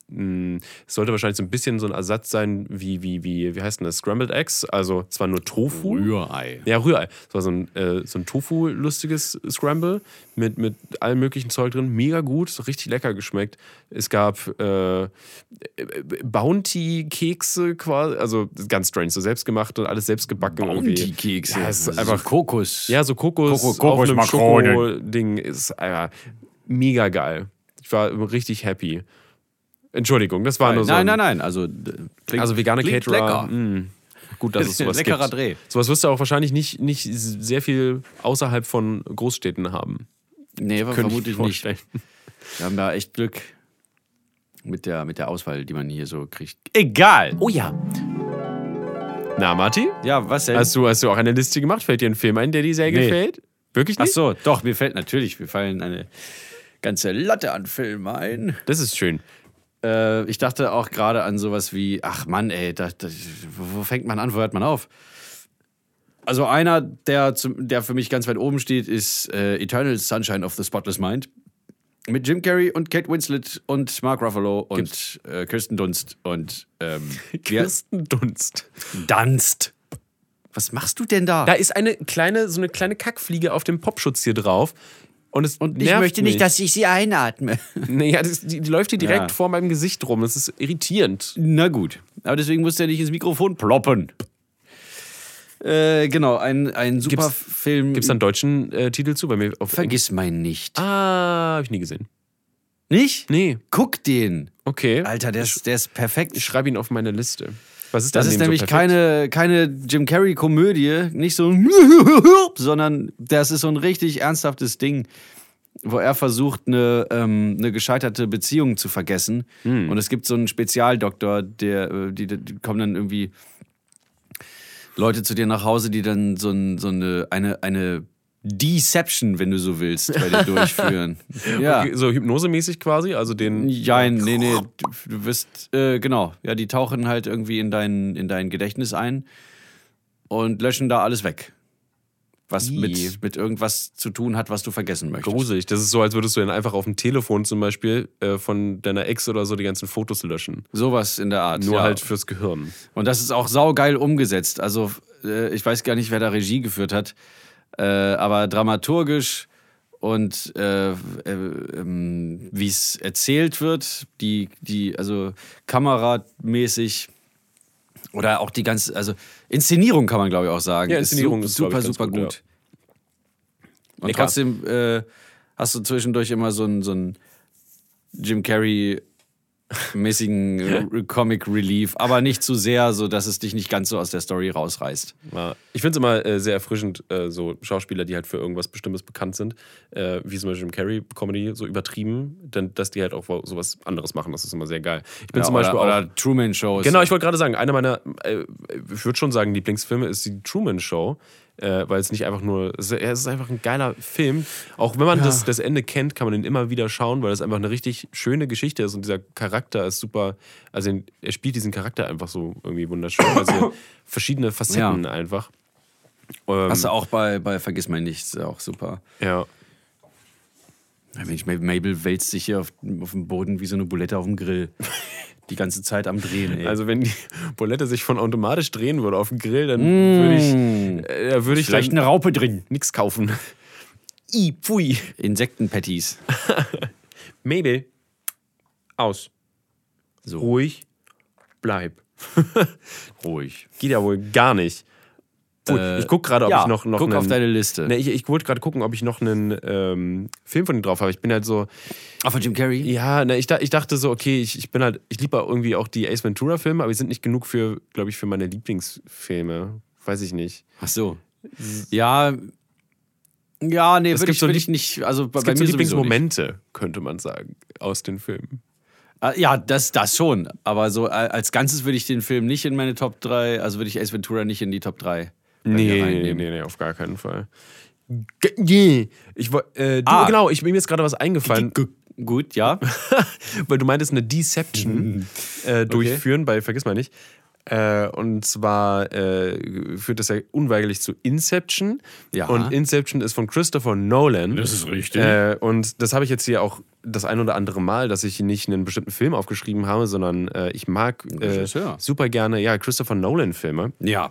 Speaker 2: mh, es sollte wahrscheinlich so ein bisschen so ein Ersatz sein, wie, wie, wie, wie heißt denn das? Scrambled Eggs, also zwar nur Tofu.
Speaker 1: Rührei.
Speaker 2: Ja, Rührei. Das war so ein, äh, so ein Tofu-lustiges Scramble mit, mit allem möglichen Zeug drin. Mega gut, so richtig lecker geschmeckt. Es gab äh, Bounty-Kekse quasi, also ganz strange, so selbstgemacht und alles selbst gebacken.
Speaker 1: Bounty-Kekse.
Speaker 2: Ja, es ist
Speaker 1: Also
Speaker 2: einfach
Speaker 1: Kokos.
Speaker 2: ja, so Kokos,
Speaker 1: Koko-
Speaker 2: auf einem
Speaker 1: Kokosmakronen.
Speaker 2: Schoko-Ding ist äh, mega geil. Ich war richtig happy. Entschuldigung, das war nur so.
Speaker 1: nein,
Speaker 2: ein-
Speaker 1: nein, nein. Also, äh, klingt,
Speaker 2: Also vegane
Speaker 1: klingt
Speaker 2: Caterer.
Speaker 1: Lecker.
Speaker 2: mh, gut, dass es sowas
Speaker 1: Leckerer
Speaker 2: gibt.
Speaker 1: Dreh.
Speaker 2: Sowas wirst du auch wahrscheinlich nicht, nicht sehr viel außerhalb von Großstädten haben.
Speaker 1: Nee,
Speaker 2: Könnte
Speaker 1: vermutlich
Speaker 2: ich
Speaker 1: nicht.
Speaker 2: vorstellen.
Speaker 1: Wir haben da echt Glück mit der, mit der Auswahl, die man hier so kriegt. Egal.
Speaker 2: Oh ja. Na, Marti,
Speaker 1: Ja, was denn?
Speaker 2: hast du, hast du auch eine Liste gemacht? Fällt dir ein Film ein, der dir sehr
Speaker 1: Nee.
Speaker 2: gefällt? Wirklich
Speaker 1: Ach
Speaker 2: nicht?
Speaker 1: so, doch, mir fällt natürlich, mir fallen eine ganze Latte an Filmen ein.
Speaker 2: Das ist schön.
Speaker 1: Äh, ich dachte auch gerade an sowas wie, ach Mann, ey, da, da, wo fängt man an, wo hört man auf? Also einer, der, zum, der für mich ganz weit oben steht, ist äh, Eternal Sunshine of the Spotless Mind. Mit Jim Carrey und Kate Winslet und Mark Ruffalo und äh, Kirsten Dunst und ähm, wer-
Speaker 2: Kirstendunst.
Speaker 1: Dunst. Was machst du denn da?
Speaker 2: Da ist eine kleine, so eine kleine Kackfliege auf dem Popschutz hier drauf. Und, es
Speaker 1: und ich
Speaker 2: nervt
Speaker 1: möchte
Speaker 2: mich.
Speaker 1: nicht, dass ich sie einatme.
Speaker 2: Nee, ja, das, die, die läuft hier direkt
Speaker 1: Ja.
Speaker 2: vor meinem Gesicht rum. Das ist irritierend.
Speaker 1: Na gut. Aber deswegen musst du ja nicht ins Mikrofon ploppen. Äh, genau, ein, ein super
Speaker 2: Gibt's-
Speaker 1: Film.
Speaker 2: Gibt es da einen deutschen äh, Titel zu bei mir? Auf
Speaker 1: Vergiss mein nicht.
Speaker 2: ah, hab ich nie gesehen.
Speaker 1: Nicht?
Speaker 2: Nee,
Speaker 1: Guck den.
Speaker 2: okay.
Speaker 1: Alter, der ist, der ist perfekt.
Speaker 2: Ich schreibe ihn auf meine Liste. Was ist
Speaker 1: Das
Speaker 2: an
Speaker 1: ist
Speaker 2: dem
Speaker 1: nämlich
Speaker 2: so
Speaker 1: keine,
Speaker 2: perfekt?
Speaker 1: keine Jim Carrey-Komödie, nicht so, ein sondern das ist so ein richtig ernsthaftes Ding, wo er versucht, eine, ähm, eine gescheiterte Beziehung zu vergessen.
Speaker 2: Hm.
Speaker 1: Und es gibt so einen Spezialdoktor, der, äh, die, die kommen dann irgendwie Leute zu dir nach Hause, die dann so, ein, so eine, eine, eine Deception, wenn du so willst, bei dir durchführen. Ja.
Speaker 2: Okay, So hypnosemäßig quasi, also den.
Speaker 1: Jein, nee, nee, du, du wirst, äh, genau, ja, die tauchen halt irgendwie in dein, in dein Gedächtnis ein und löschen da alles weg. Was
Speaker 2: Ih.
Speaker 1: mit, mit irgendwas zu tun hat, was du vergessen möchtest.
Speaker 2: Gruselig. Das ist so, als würdest du dann einfach auf dem Telefon zum Beispiel äh, von deiner Ex oder so die ganzen Fotos löschen.
Speaker 1: Sowas in der Art.
Speaker 2: Nur
Speaker 1: ja.
Speaker 2: halt fürs Gehirn.
Speaker 1: Und das ist auch saugeil umgesetzt. Also, äh, ich weiß gar nicht, wer da Regie geführt hat, äh, aber dramaturgisch und äh, äh, ähm, wie es erzählt wird, die, die, also kameramäßig oder auch die ganze, also Inszenierung kann man glaube ich auch sagen.
Speaker 2: Ja, Inszenierung
Speaker 1: su-
Speaker 2: ist, glaub
Speaker 1: super,
Speaker 2: ich, ganz
Speaker 1: super
Speaker 2: gut,
Speaker 1: gut.
Speaker 2: ja.
Speaker 1: Und
Speaker 2: Lecker.
Speaker 1: trotzdem äh, hast du zwischendurch immer so einen so einen Jim Carrey mäßigen äh, Comic Relief, aber nicht zu sehr, so dass es dich nicht ganz so aus der Story rausreißt.
Speaker 2: Ja. Ich finde es immer äh, sehr erfrischend, äh, so Schauspieler, die halt für irgendwas Bestimmtes bekannt sind, äh, wie zum Beispiel im Carrie-Comedy, so übertrieben, denn, dass die halt auch wo- sowas anderes machen. Das ist immer sehr geil. Ich bin
Speaker 1: Ja,
Speaker 2: zum Beispiel
Speaker 1: oder,
Speaker 2: auch.
Speaker 1: oder Truman Show. ist
Speaker 2: Genau,
Speaker 1: so-
Speaker 2: ich wollte gerade sagen, einer meiner, äh, ich würde schon sagen, Lieblingsfilme ist die Truman Show, äh, weil es nicht einfach nur, es ist- es ist einfach ein geiler Film. Auch wenn man das, das Ende kennt, kann man den immer wieder schauen, weil das einfach eine richtig schöne Geschichte ist und dieser Charakter ist super, also ihn- er spielt diesen Charakter einfach so irgendwie wunderschön, also verschiedene Facetten
Speaker 1: Ja.
Speaker 2: einfach. Ähm,
Speaker 1: hast du auch bei, bei Vergiss mein Nichts auch super.
Speaker 2: ja.
Speaker 1: Ja, Mensch, Ma- Mabel wälzt sich hier auf, auf dem Boden wie so eine Bulette auf dem Grill. Die ganze Zeit am Drehen, ey.
Speaker 2: Also wenn die Bulette sich von automatisch drehen würde auf dem Grill, dann würde ich, äh, da würde ich
Speaker 1: Mm. Vielleicht
Speaker 2: dann
Speaker 1: eine Raupe drin.
Speaker 2: nichts kaufen. I, pfui.
Speaker 1: Insektenpatties.
Speaker 2: Mabel, aus.
Speaker 1: So.
Speaker 2: Ruhig, bleib.
Speaker 1: Ruhig.
Speaker 2: Geht ja wohl gar nicht. Cool.
Speaker 1: Äh,
Speaker 2: ich gucke gerade, ob
Speaker 1: ja,
Speaker 2: ich noch, noch
Speaker 1: guck auf
Speaker 2: einen-
Speaker 1: deine Liste.
Speaker 2: Nee, ich, ich wollte gerade gucken, ob ich noch einen ähm, Film von ihm drauf habe. Ich bin halt so,
Speaker 1: Ah, von Jim Carrey?
Speaker 2: ja, na, ich, da- ich dachte so, okay, ich, ich bin halt, ich liebe irgendwie auch die Ace Ventura-Filme, aber die sind nicht genug für, glaube ich, für meine Lieblingsfilme. Weiß ich nicht.
Speaker 1: Ach so. Ja. Ja, nee,
Speaker 2: Es
Speaker 1: würde
Speaker 2: gibt
Speaker 1: ich,
Speaker 2: so
Speaker 1: würd
Speaker 2: Lieb-
Speaker 1: ich nicht. Also bei,
Speaker 2: Es
Speaker 1: bei
Speaker 2: gibt so
Speaker 1: mir sowieso nicht.
Speaker 2: Lieblingsmomente, könnte man sagen, aus den Filmen.
Speaker 1: Äh, Ja, das, das schon. Aber so äh, als Ganzes würde ich den Film nicht in meine Top 3, also würde ich Ace Ventura nicht in die Top 3 bei mir
Speaker 2: Nee, nee,
Speaker 1: reinnehmen.
Speaker 2: nee, nee, auf gar keinen Fall. G nee. Ich, woll- äh, du,
Speaker 1: Ah.
Speaker 2: Genau, ich, mir ist gerade was eingefallen.
Speaker 1: Gu- Gut, ja.
Speaker 2: weil du meintest, eine Deception äh, durchführen bei Vergiss mal nicht. Äh, und zwar äh, führt das ja unweigerlich zu Inception.
Speaker 1: Ja.
Speaker 2: Und Inception ist von Christopher Nolan.
Speaker 1: Das ist richtig.
Speaker 2: Äh, und das habe ich jetzt hier auch das ein oder andere Mal, dass ich nicht einen bestimmten Film aufgeschrieben habe, sondern äh, ich mag äh,
Speaker 1: Regisseur.
Speaker 2: super gerne ja, Christopher Nolan-Filme.
Speaker 1: Ja.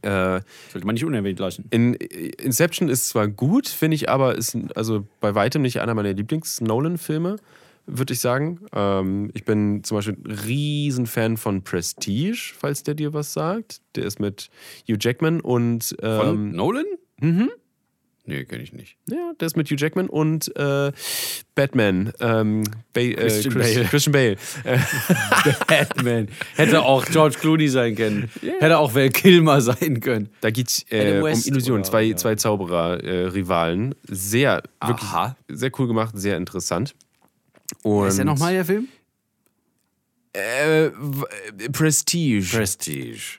Speaker 2: Äh,
Speaker 1: Sollte man nicht unerwähnt lassen.
Speaker 2: in Inception ist zwar gut, finde ich, aber ist also bei weitem nicht einer meiner Lieblings-Nolan-Filme, würde ich sagen. Ähm, ich bin zum Beispiel ein Riesenfan von Prestige, falls der dir was sagt. Der ist mit Hugh Jackman und ähm,
Speaker 1: Von Nolan? Mhm. Nee, kenne ich nicht.
Speaker 2: ja, der ist mit Hugh Jackman und äh, Batman. Ähm, Ba- äh,
Speaker 1: Christian
Speaker 2: Chris,
Speaker 1: Bale.
Speaker 2: Christian Bale. Äh,
Speaker 1: Batman. Hätte auch George Clooney sein können. Hätte auch Val Kilmer sein können.
Speaker 2: Da geht es äh,
Speaker 1: Adam
Speaker 2: um
Speaker 1: West
Speaker 2: Illusionen,
Speaker 1: oder-
Speaker 2: zwei, zwei Zauberer-Rivalen. sehr, wirklich,
Speaker 1: Aha.
Speaker 2: sehr cool gemacht, sehr interessant. Und
Speaker 1: Ist der nochmal der Film?
Speaker 2: Äh, w- äh, Prestige.
Speaker 1: Prestige.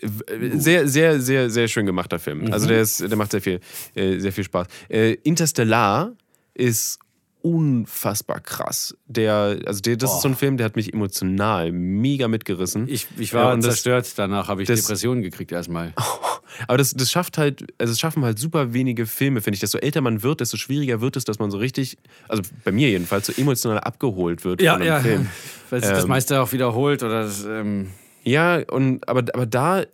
Speaker 2: W- sehr, sehr, sehr, sehr schön gemachter Film.
Speaker 1: Mhm.
Speaker 2: Also der, ist, der macht sehr viel, äh, sehr viel Spaß. Äh, Interstellar ist unfassbar krass. Der, also der, das ist so ein Film, der hat mich emotional mega mitgerissen.
Speaker 1: Ich, ich war
Speaker 2: Äh, und das,
Speaker 1: zerstört, danach habe ich
Speaker 2: das-
Speaker 1: Depressionen gekriegt erstmal.
Speaker 2: aber das, das schafft halt, also es schaffen halt super wenige Filme, finde ich. Desto älter man wird, desto schwieriger wird es, dass man so richtig, also bei mir jedenfalls, so emotional abgeholt wird von einem Film. Ähm,
Speaker 1: Weil sich das meiste auch wiederholt oder das, ähm,
Speaker 2: Ja, und aber, aber da, äh,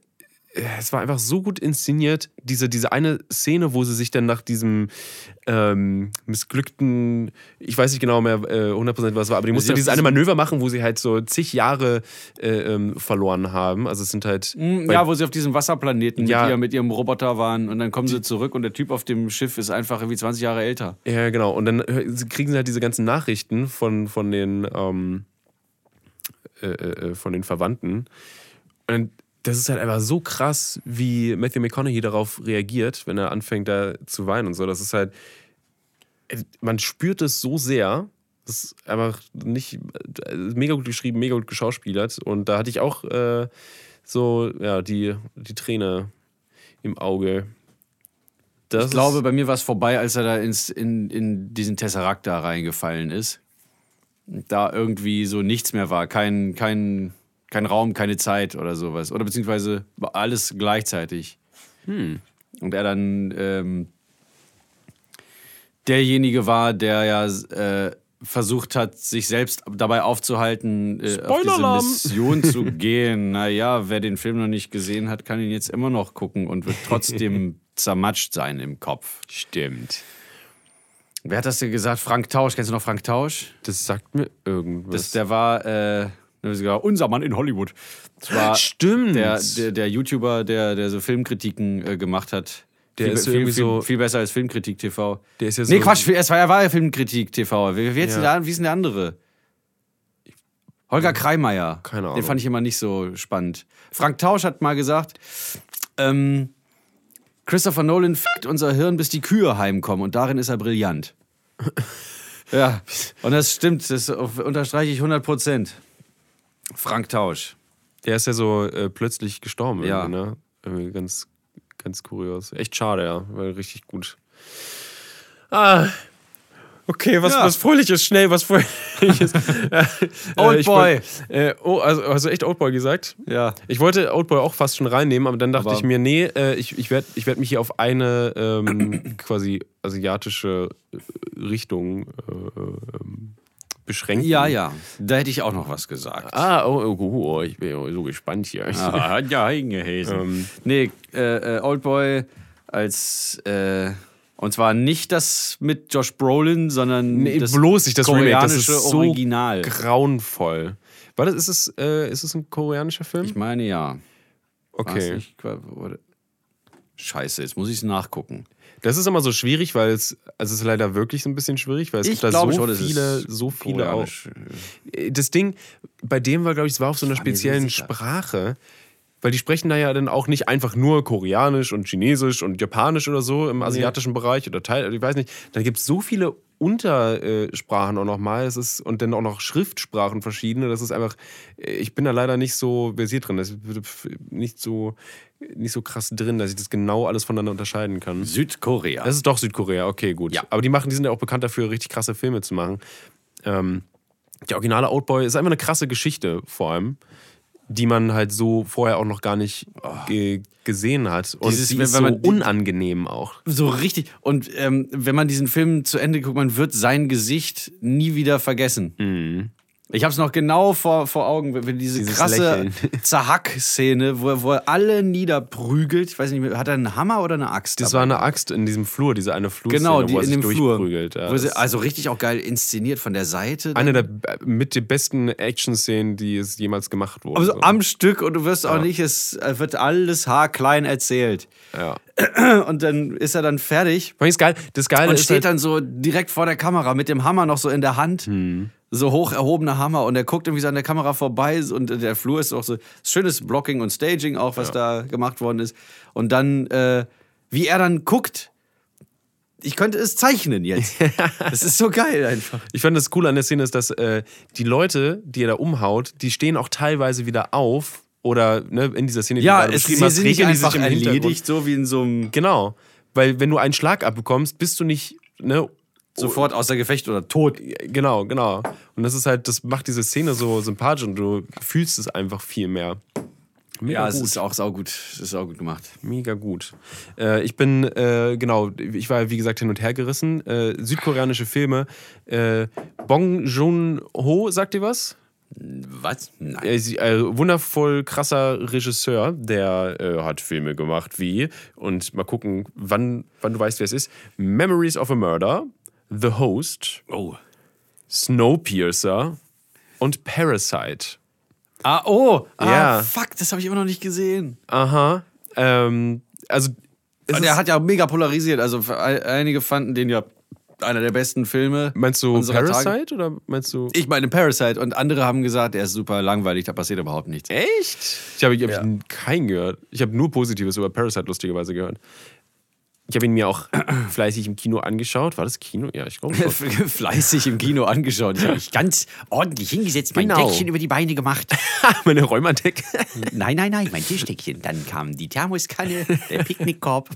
Speaker 2: es war einfach so gut inszeniert, diese, diese eine Szene, wo sie sich dann nach diesem ähm, missglückten, ich weiß nicht genau mehr äh, 100% was war, aber die musste
Speaker 1: auf
Speaker 2: dieses eine
Speaker 1: diesem-
Speaker 2: Manöver machen, wo sie halt so zig Jahre äh, ähm, verloren haben. Also es sind halt.
Speaker 1: Mm,
Speaker 2: weil-
Speaker 1: Ja, wo sie auf diesem Wasserplaneten
Speaker 2: Ja.
Speaker 1: mit, ihr, mit ihrem Roboter waren und dann kommen sie zurück und der Typ auf dem Schiff ist einfach irgendwie 20 Jahre älter.
Speaker 2: ja, genau. Und dann äh, sie kriegen sie halt diese ganzen Nachrichten von, von den ähm, äh, äh, von den Verwandten. Und das ist halt einfach so krass, wie Matthew McConaughey darauf reagiert, wenn er anfängt, da zu weinen und so. Das ist halt. äh, Man spürt es so sehr. Das ist einfach nicht. äh, Mega gut geschrieben, mega gut geschauspielert. Und da hatte ich auch äh, so, ja, die, die Träne im Auge. Das
Speaker 1: ich glaube,
Speaker 2: ist,
Speaker 1: bei mir war es vorbei, als er da ins, in, in diesen Tesserakt da reingefallen ist. Und Da irgendwie so nichts mehr war. Kein, kein, kein Raum, keine Zeit oder sowas. Oder beziehungsweise alles gleichzeitig. Und er dann ähm, derjenige war, der ja äh, versucht hat, sich selbst dabei aufzuhalten, äh, auf diese
Speaker 2: Spoiler-Alarm!
Speaker 1: Mission zu gehen. Naja, wer den Film noch nicht gesehen hat, kann ihn jetzt immer noch gucken und wird trotzdem zermatscht sein im Kopf.
Speaker 2: stimmt.
Speaker 1: Wer hat das denn gesagt? Frank Tausch. Kennst du noch Frank Tausch?
Speaker 2: Das sagt mir irgendwas.
Speaker 1: Das, der war äh, sogar unser Mann in Hollywood. Das war
Speaker 2: Stimmt.
Speaker 1: der, der, der YouTuber, der, der so Filmkritiken äh, gemacht hat.
Speaker 2: Der
Speaker 1: viel,
Speaker 2: ist
Speaker 1: viel,
Speaker 2: irgendwie
Speaker 1: viel,
Speaker 2: so-
Speaker 1: viel besser als Filmkritik TV.
Speaker 2: Der ist ja
Speaker 1: nee,
Speaker 2: so-
Speaker 1: Quatsch, es war, er war ja Filmkritik TV. Wie, wie, jetzt
Speaker 2: Ja.
Speaker 1: der, wie ist denn der andere? Holger Kreimeier.
Speaker 2: Keine Ahnung.
Speaker 1: Den fand ich immer nicht so spannend. Frank Tausch hat mal gesagt, ähm, Christopher Nolan fickt unser Hirn, bis die Kühe heimkommen und darin ist er brillant. ja, und das stimmt, das unterstreiche ich 100%. Frank Tausch.
Speaker 2: Der ist ja so äh, plötzlich gestorben.
Speaker 1: Ja.
Speaker 2: irgendwie, Ne? Irgendwie ganz, ganz kurios. Echt schade, ja. Weil richtig gut. Ah. Okay, was,
Speaker 1: Ja.
Speaker 2: was Fröhliches, schnell, was Fröhliches.
Speaker 1: Old
Speaker 2: Äh, ich
Speaker 1: Boy.
Speaker 2: wollt- Äh, oh, also, also echt Oldboy gesagt.
Speaker 1: Ja.
Speaker 2: Ich wollte Oldboy auch fast schon reinnehmen, aber dann dachte
Speaker 1: Aber-
Speaker 2: ich mir, nee, äh, ich, ich werde ich werd mich hier auf eine ähm, quasi asiatische äh, Richtung äh, ähm, beschränken.
Speaker 1: Ja, ja, da hätte ich auch noch was gesagt.
Speaker 2: Ah, oh, oh, oh, oh, ich bin ja so gespannt hier.
Speaker 1: Ah, hat ja hingehesen.
Speaker 2: Ähm.
Speaker 1: Nee, äh, äh, Oldboy als, äh, und zwar nicht das mit Josh Brolin, sondern
Speaker 2: Nee,
Speaker 1: das
Speaker 2: bloß nicht das Remake, das
Speaker 1: koreanische
Speaker 2: ist so
Speaker 1: Original.
Speaker 2: Grauenvoll. War das, ist es, äh, ist es ein koreanischer Film?
Speaker 1: Ich meine ja. War's
Speaker 2: okay.
Speaker 1: nicht, oder, Scheiße, jetzt muss ich es nachgucken.
Speaker 2: Das ist immer so schwierig, weil es, also es ist leider wirklich so ein bisschen schwierig, weil es
Speaker 1: Ich
Speaker 2: gibt da so
Speaker 1: glaube schon, es ist
Speaker 2: viele, so viele auch.
Speaker 1: koreanisch.
Speaker 2: Das Ding, bei dem war, glaube ich, es war auf so einer
Speaker 1: war mir nicht
Speaker 2: speziellen
Speaker 1: sicher.
Speaker 2: Sprache, weil die sprechen da ja dann auch nicht einfach nur Koreanisch und Chinesisch und Japanisch oder so im asiatischen Bereich oder Teil, ich weiß nicht. Da gibt es so viele Untersprachen auch nochmal. Es ist und dann auch noch Schriftsprachen verschiedene. Das ist einfach, ich bin da leider nicht so versiert drin. Das ist nicht so, nicht so krass drin, dass ich das genau alles voneinander unterscheiden kann.
Speaker 1: Südkorea.
Speaker 2: Das ist doch Südkorea, okay, gut.
Speaker 1: Ja.
Speaker 2: Aber die machen, die sind ja auch bekannt dafür, richtig krasse Filme zu machen. Ähm, der originale Outboy ist einfach eine krasse Geschichte, vor allem, die man halt so vorher auch noch gar nicht ge gesehen hat. Und
Speaker 1: Ah. Dieses,
Speaker 2: die
Speaker 1: wenn-
Speaker 2: ist
Speaker 1: wenn
Speaker 2: so
Speaker 1: man die-
Speaker 2: unangenehm auch.
Speaker 1: so richtig. Und ähm, wenn man diesen Film zu Ende guckt, man wird sein Gesicht nie wieder vergessen. Ich habe es noch genau vor, vor Augen, wenn- wenn diese
Speaker 2: Mhm. Dieses
Speaker 1: krasse
Speaker 2: Lächeln.
Speaker 1: Zahack-Szene, wo, er- wo er alle niederprügelt. Ich weiß nicht, mehr, hat er einen Hammer oder eine Axt?
Speaker 2: Das war eine Axt in diesem Flur, diese eine Flur,
Speaker 1: genau, die
Speaker 2: wo er
Speaker 1: in
Speaker 2: sich
Speaker 1: dem Flur.
Speaker 2: durchprügelt. Ja,
Speaker 1: wo
Speaker 2: das
Speaker 1: sie, also richtig auch geil inszeniert von der Seite.
Speaker 2: ist eine der b- mit den besten Action-Szenen, die es jemals gemacht wurde.
Speaker 1: Aber so
Speaker 2: So.
Speaker 1: am Stück und du wirst auch nicht, es wird alles haarklein erzählt.
Speaker 2: ja.
Speaker 1: Und dann ist er dann fertig
Speaker 2: Fand ich's geil. Das Geile
Speaker 1: Und
Speaker 2: ist halt,
Speaker 1: steht dann so direkt vor der Kamera mit dem Hammer noch so in der Hand.
Speaker 2: Hm.
Speaker 1: So hoch erhobener Hammer und er guckt irgendwie so an der Kamera vorbei und der Flur ist auch so schönes Blocking und Staging auch, was da gemacht worden ist. Und dann, äh, wie er dann guckt, ich könnte es zeichnen jetzt. das ist so geil einfach.
Speaker 2: Ich fand das cool an der Szene ist, dass äh, die Leute, die er da umhaut, die stehen auch teilweise wieder auf oder ne, in dieser Szene, die du
Speaker 1: Ja,
Speaker 2: gerade
Speaker 1: es,
Speaker 2: beschrieben
Speaker 1: sie
Speaker 2: hast,
Speaker 1: sind nicht
Speaker 2: regeln die sich
Speaker 1: einfach
Speaker 2: im Hintergrund.
Speaker 1: erledigt, so wie in so einem
Speaker 2: Genau, weil wenn du einen Schlag abbekommst, bist du nicht ne,
Speaker 1: sofort außer Gefecht oder tot.
Speaker 2: genau, genau. Und das ist halt, das macht diese Szene so sympathisch und du fühlst es einfach viel mehr. Mega
Speaker 1: Ja, es ist auch saugut. Es ist saugut gemacht.
Speaker 2: Mega gut. Äh, ich bin, äh, genau, ich war wie gesagt hin und her gerissen. Äh, südkoreanische Filme. Äh, Bong Joon-ho, sagt ihr was?
Speaker 1: Was? Nein.
Speaker 2: Er ist ein Äh, wundervoll krasser Regisseur, der äh, hat Filme gemacht wie, und mal gucken, wann, wann du weißt, wer es ist: Memories of a Murder, The Host,
Speaker 1: Oh.
Speaker 2: Snowpiercer und Parasite.
Speaker 1: Ah, oh. Ah,
Speaker 2: Ja.
Speaker 1: fuck, das habe ich immer noch nicht gesehen.
Speaker 2: Aha. Ähm, also. es
Speaker 1: Und er
Speaker 2: ist-
Speaker 1: hat ja mega polarisiert. Also für ei- einige fanden den ja einer der besten Filme.
Speaker 2: meinst du
Speaker 1: unserer
Speaker 2: Parasite
Speaker 1: Tage.
Speaker 2: oder meinst du.
Speaker 1: Ich meine Parasite und andere haben gesagt, er ist super langweilig, da passiert überhaupt nichts.
Speaker 2: Echt? Ich habe ich hab keinen gehört. Ich habe nur Positives über Parasite lustigerweise gehört. Ich habe ihn mir auch fleißig im Kino angeschaut. War das Kino? Ja, ich glaube schon.
Speaker 1: Fleißig im Kino angeschaut. Ich habe mich ganz ordentlich hingesetzt, mein
Speaker 2: Genau.
Speaker 1: Deckchen über die Beine gemacht.
Speaker 2: Meine Rheumatick.
Speaker 1: Nein, nein, nein, mein Tischdeckchen. Dann kam die Thermoskanne, der Picknickkorb.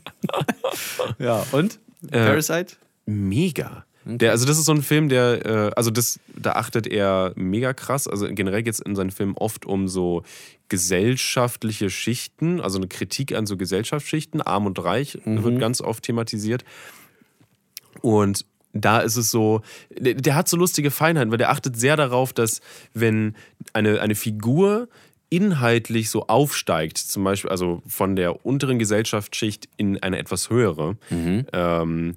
Speaker 1: ja, und?
Speaker 2: Äh,
Speaker 1: Parasite?
Speaker 2: Mega. Der, also das ist so ein Film, der, äh, also das, da achtet er mega krass. Also generell geht es in seinen Filmen oft um so gesellschaftliche Schichten, also eine Kritik an so Gesellschaftsschichten, arm und reich wird ganz oft thematisiert. Und da ist es so, der, der hat so lustige Feinheiten, weil der achtet sehr darauf, dass wenn eine, eine Figur inhaltlich so aufsteigt, zum Beispiel also von der unteren Gesellschaftsschicht in eine etwas höhere,
Speaker 1: Mhm.
Speaker 2: ähm,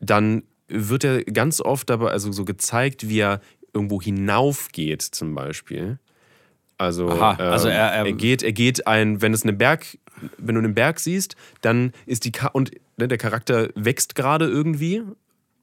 Speaker 2: dann wird er ganz oft dabei also so gezeigt, wie er irgendwo hinaufgeht zum Beispiel. Also,
Speaker 1: Aha,
Speaker 2: ähm,
Speaker 1: also er- er-
Speaker 2: er geht, er geht ein, wenn es eine Berg, wenn du einen Berg siehst, dann ist die Ka und ne, der Charakter wächst gerade irgendwie,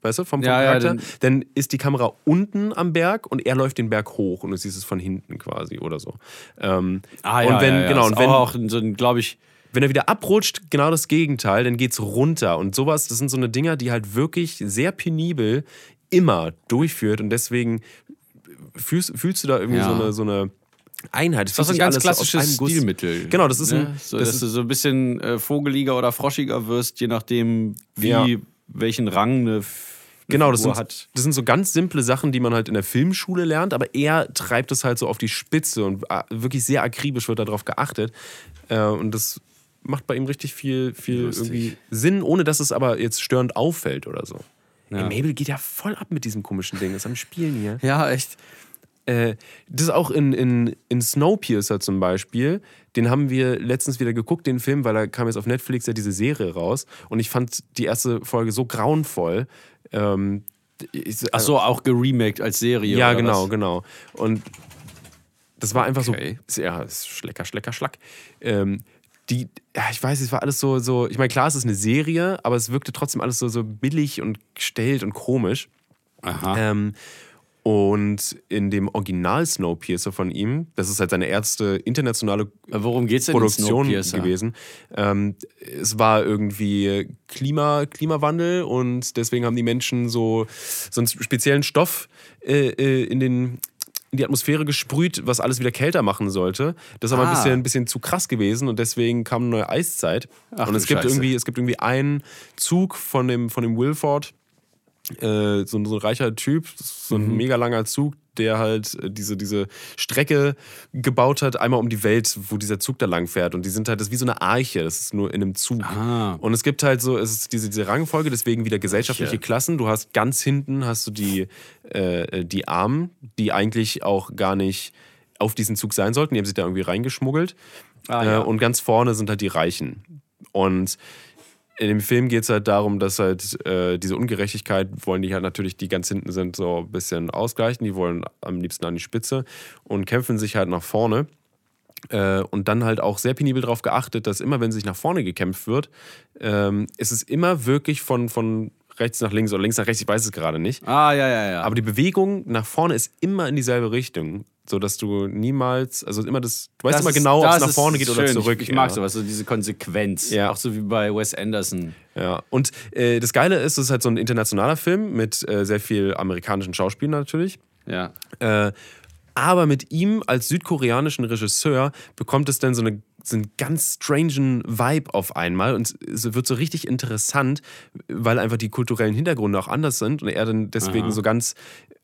Speaker 2: weißt du, vom, vom
Speaker 1: Ja, ja,
Speaker 2: Charakter, dann ist die Kamera unten am Berg und er läuft den Berg hoch und du siehst es von hinten quasi oder so. Ähm,
Speaker 1: Ah,
Speaker 2: und wenn, genau,
Speaker 1: ist
Speaker 2: und wenn,
Speaker 1: auch so ein, glaube ich,
Speaker 2: wenn er wieder abrutscht, genau das Gegenteil, dann geht's runter. Und sowas, das sind so eine Dinger, die halt wirklich sehr penibel immer durchführt. Und deswegen fühlst, fühlst du da irgendwie
Speaker 1: Ja.
Speaker 2: so, eine, so eine Einheit. Das,
Speaker 1: Das ist ein ganz klassisches
Speaker 2: so aus einem Guss.
Speaker 1: Stilmittel.
Speaker 2: Genau, das ist ein.
Speaker 1: Ne? So,
Speaker 2: das
Speaker 1: dass du so ein bisschen äh, vogeliger oder froschiger wirst, je nachdem, wie,
Speaker 2: Ja.
Speaker 1: welchen Rang eine, F eine
Speaker 2: Genau, das
Speaker 1: Figur
Speaker 2: sind,
Speaker 1: hat.
Speaker 2: das sind so ganz simple Sachen, die man halt in der Filmschule lernt, aber er treibt es halt so auf die Spitze und äh, wirklich sehr akribisch wird darauf geachtet. Äh, Und das macht bei ihm richtig viel, viel
Speaker 1: Lustig.
Speaker 2: irgendwie Sinn, ohne dass es aber jetzt störend auffällt oder so.
Speaker 1: Ja.
Speaker 2: Ey, Mabel geht ja voll ab mit diesem komischen Ding, ist am Spielen hier.
Speaker 1: Ja, echt.
Speaker 2: Äh, das ist auch in, in, in Snowpiercer zum Beispiel. Den haben wir letztens wieder geguckt, den Film, weil da kam jetzt auf Netflix ja diese Serie raus. Und ich fand die erste Folge so grauenvoll. Ähm, ich,
Speaker 1: Ach so, auch geremaked als Serie.
Speaker 2: ja,
Speaker 1: oder
Speaker 2: genau,
Speaker 1: Was?
Speaker 2: genau. Und das war einfach
Speaker 1: Okay.
Speaker 2: so. Ja, ist Schlecker, Schlecker, Schlack. Ähm, die, ja, ich weiß, es war alles so, so, ich meine, klar, es ist eine Serie, aber es wirkte trotzdem alles so, so billig und gestellt und komisch.
Speaker 1: Aha.
Speaker 2: Ähm, und in dem Original Snowpiercer von ihm, das ist halt seine erste internationale
Speaker 1: Äh, Worum geht's denn in
Speaker 2: Produktion
Speaker 1: Snowpiercer?
Speaker 2: gewesen. Ähm, es war irgendwie Klima, Klimawandel und deswegen haben die Menschen so, so einen speziellen Stoff äh, äh, in, den, in die Atmosphäre gesprüht, was alles wieder kälter machen sollte. Das ist aber
Speaker 1: Ah.
Speaker 2: ein, bisschen, ein bisschen zu krass gewesen und deswegen kam eine neue Eiszeit.
Speaker 1: Ach
Speaker 2: und
Speaker 1: du
Speaker 2: es gibt,
Speaker 1: Scheiße.
Speaker 2: irgendwie, es gibt irgendwie einen Zug von dem, von dem Wilford, äh, so, ein- so ein reicher Typ, so
Speaker 1: Mhm.
Speaker 2: ein mega langer Zug, der halt äh, diese, diese Strecke gebaut hat, einmal um die Welt, wo dieser Zug da lang fährt. Und die sind halt, das ist wie so eine Arche, das ist nur in einem Zug.
Speaker 1: Ah.
Speaker 2: Und es gibt halt so, es ist diese, diese Rangfolge, deswegen wieder gesellschaftliche
Speaker 1: Arche.
Speaker 2: Klassen. Du hast ganz hinten hast du die, äh, die Armen, die eigentlich auch gar nicht auf diesen Zug sein sollten. Die haben sie da irgendwie reingeschmuggelt.
Speaker 1: Ah, ja.
Speaker 2: äh, und ganz vorne sind halt die Reichen. Und in dem Film geht es halt darum, dass halt äh, diese Ungerechtigkeit wollen die halt natürlich, die ganz hinten sind, so ein bisschen ausgleichen. Die wollen am liebsten an die Spitze und kämpfen sich halt nach vorne. Äh, und dann halt auch sehr penibel darauf geachtet, dass immer, wenn sich nach vorne gekämpft wird, ähm, ist es immer wirklich von, von rechts nach links oder links nach rechts, ich weiß es gerade nicht.
Speaker 1: Ah, ja, ja, ja.
Speaker 2: Aber die Bewegung nach vorne ist immer in dieselbe Richtung, sodass du niemals, also immer das, du weißt
Speaker 1: Das
Speaker 2: immer
Speaker 1: ist-
Speaker 2: genau, ob
Speaker 1: das
Speaker 2: es nach
Speaker 1: ist
Speaker 2: vorne geht oder
Speaker 1: schön.
Speaker 2: zurück.
Speaker 1: Ich, ich mag
Speaker 2: ja.
Speaker 1: sowas, so diese Konsequenz.
Speaker 2: Ja.
Speaker 1: Auch so wie bei Wes Anderson.
Speaker 2: Ja, und äh, das Geile ist, es ist halt so ein internationaler Film mit äh, sehr viel amerikanischen Schauspielern natürlich.
Speaker 1: Ja.
Speaker 2: Äh, aber mit ihm als südkoreanischen Regisseur bekommt es dann so, eine, so einen ganz strangen Vibe auf einmal und es wird so richtig interessant, weil einfach die kulturellen Hintergründe auch anders sind und er dann deswegen
Speaker 1: Aha.
Speaker 2: so ganz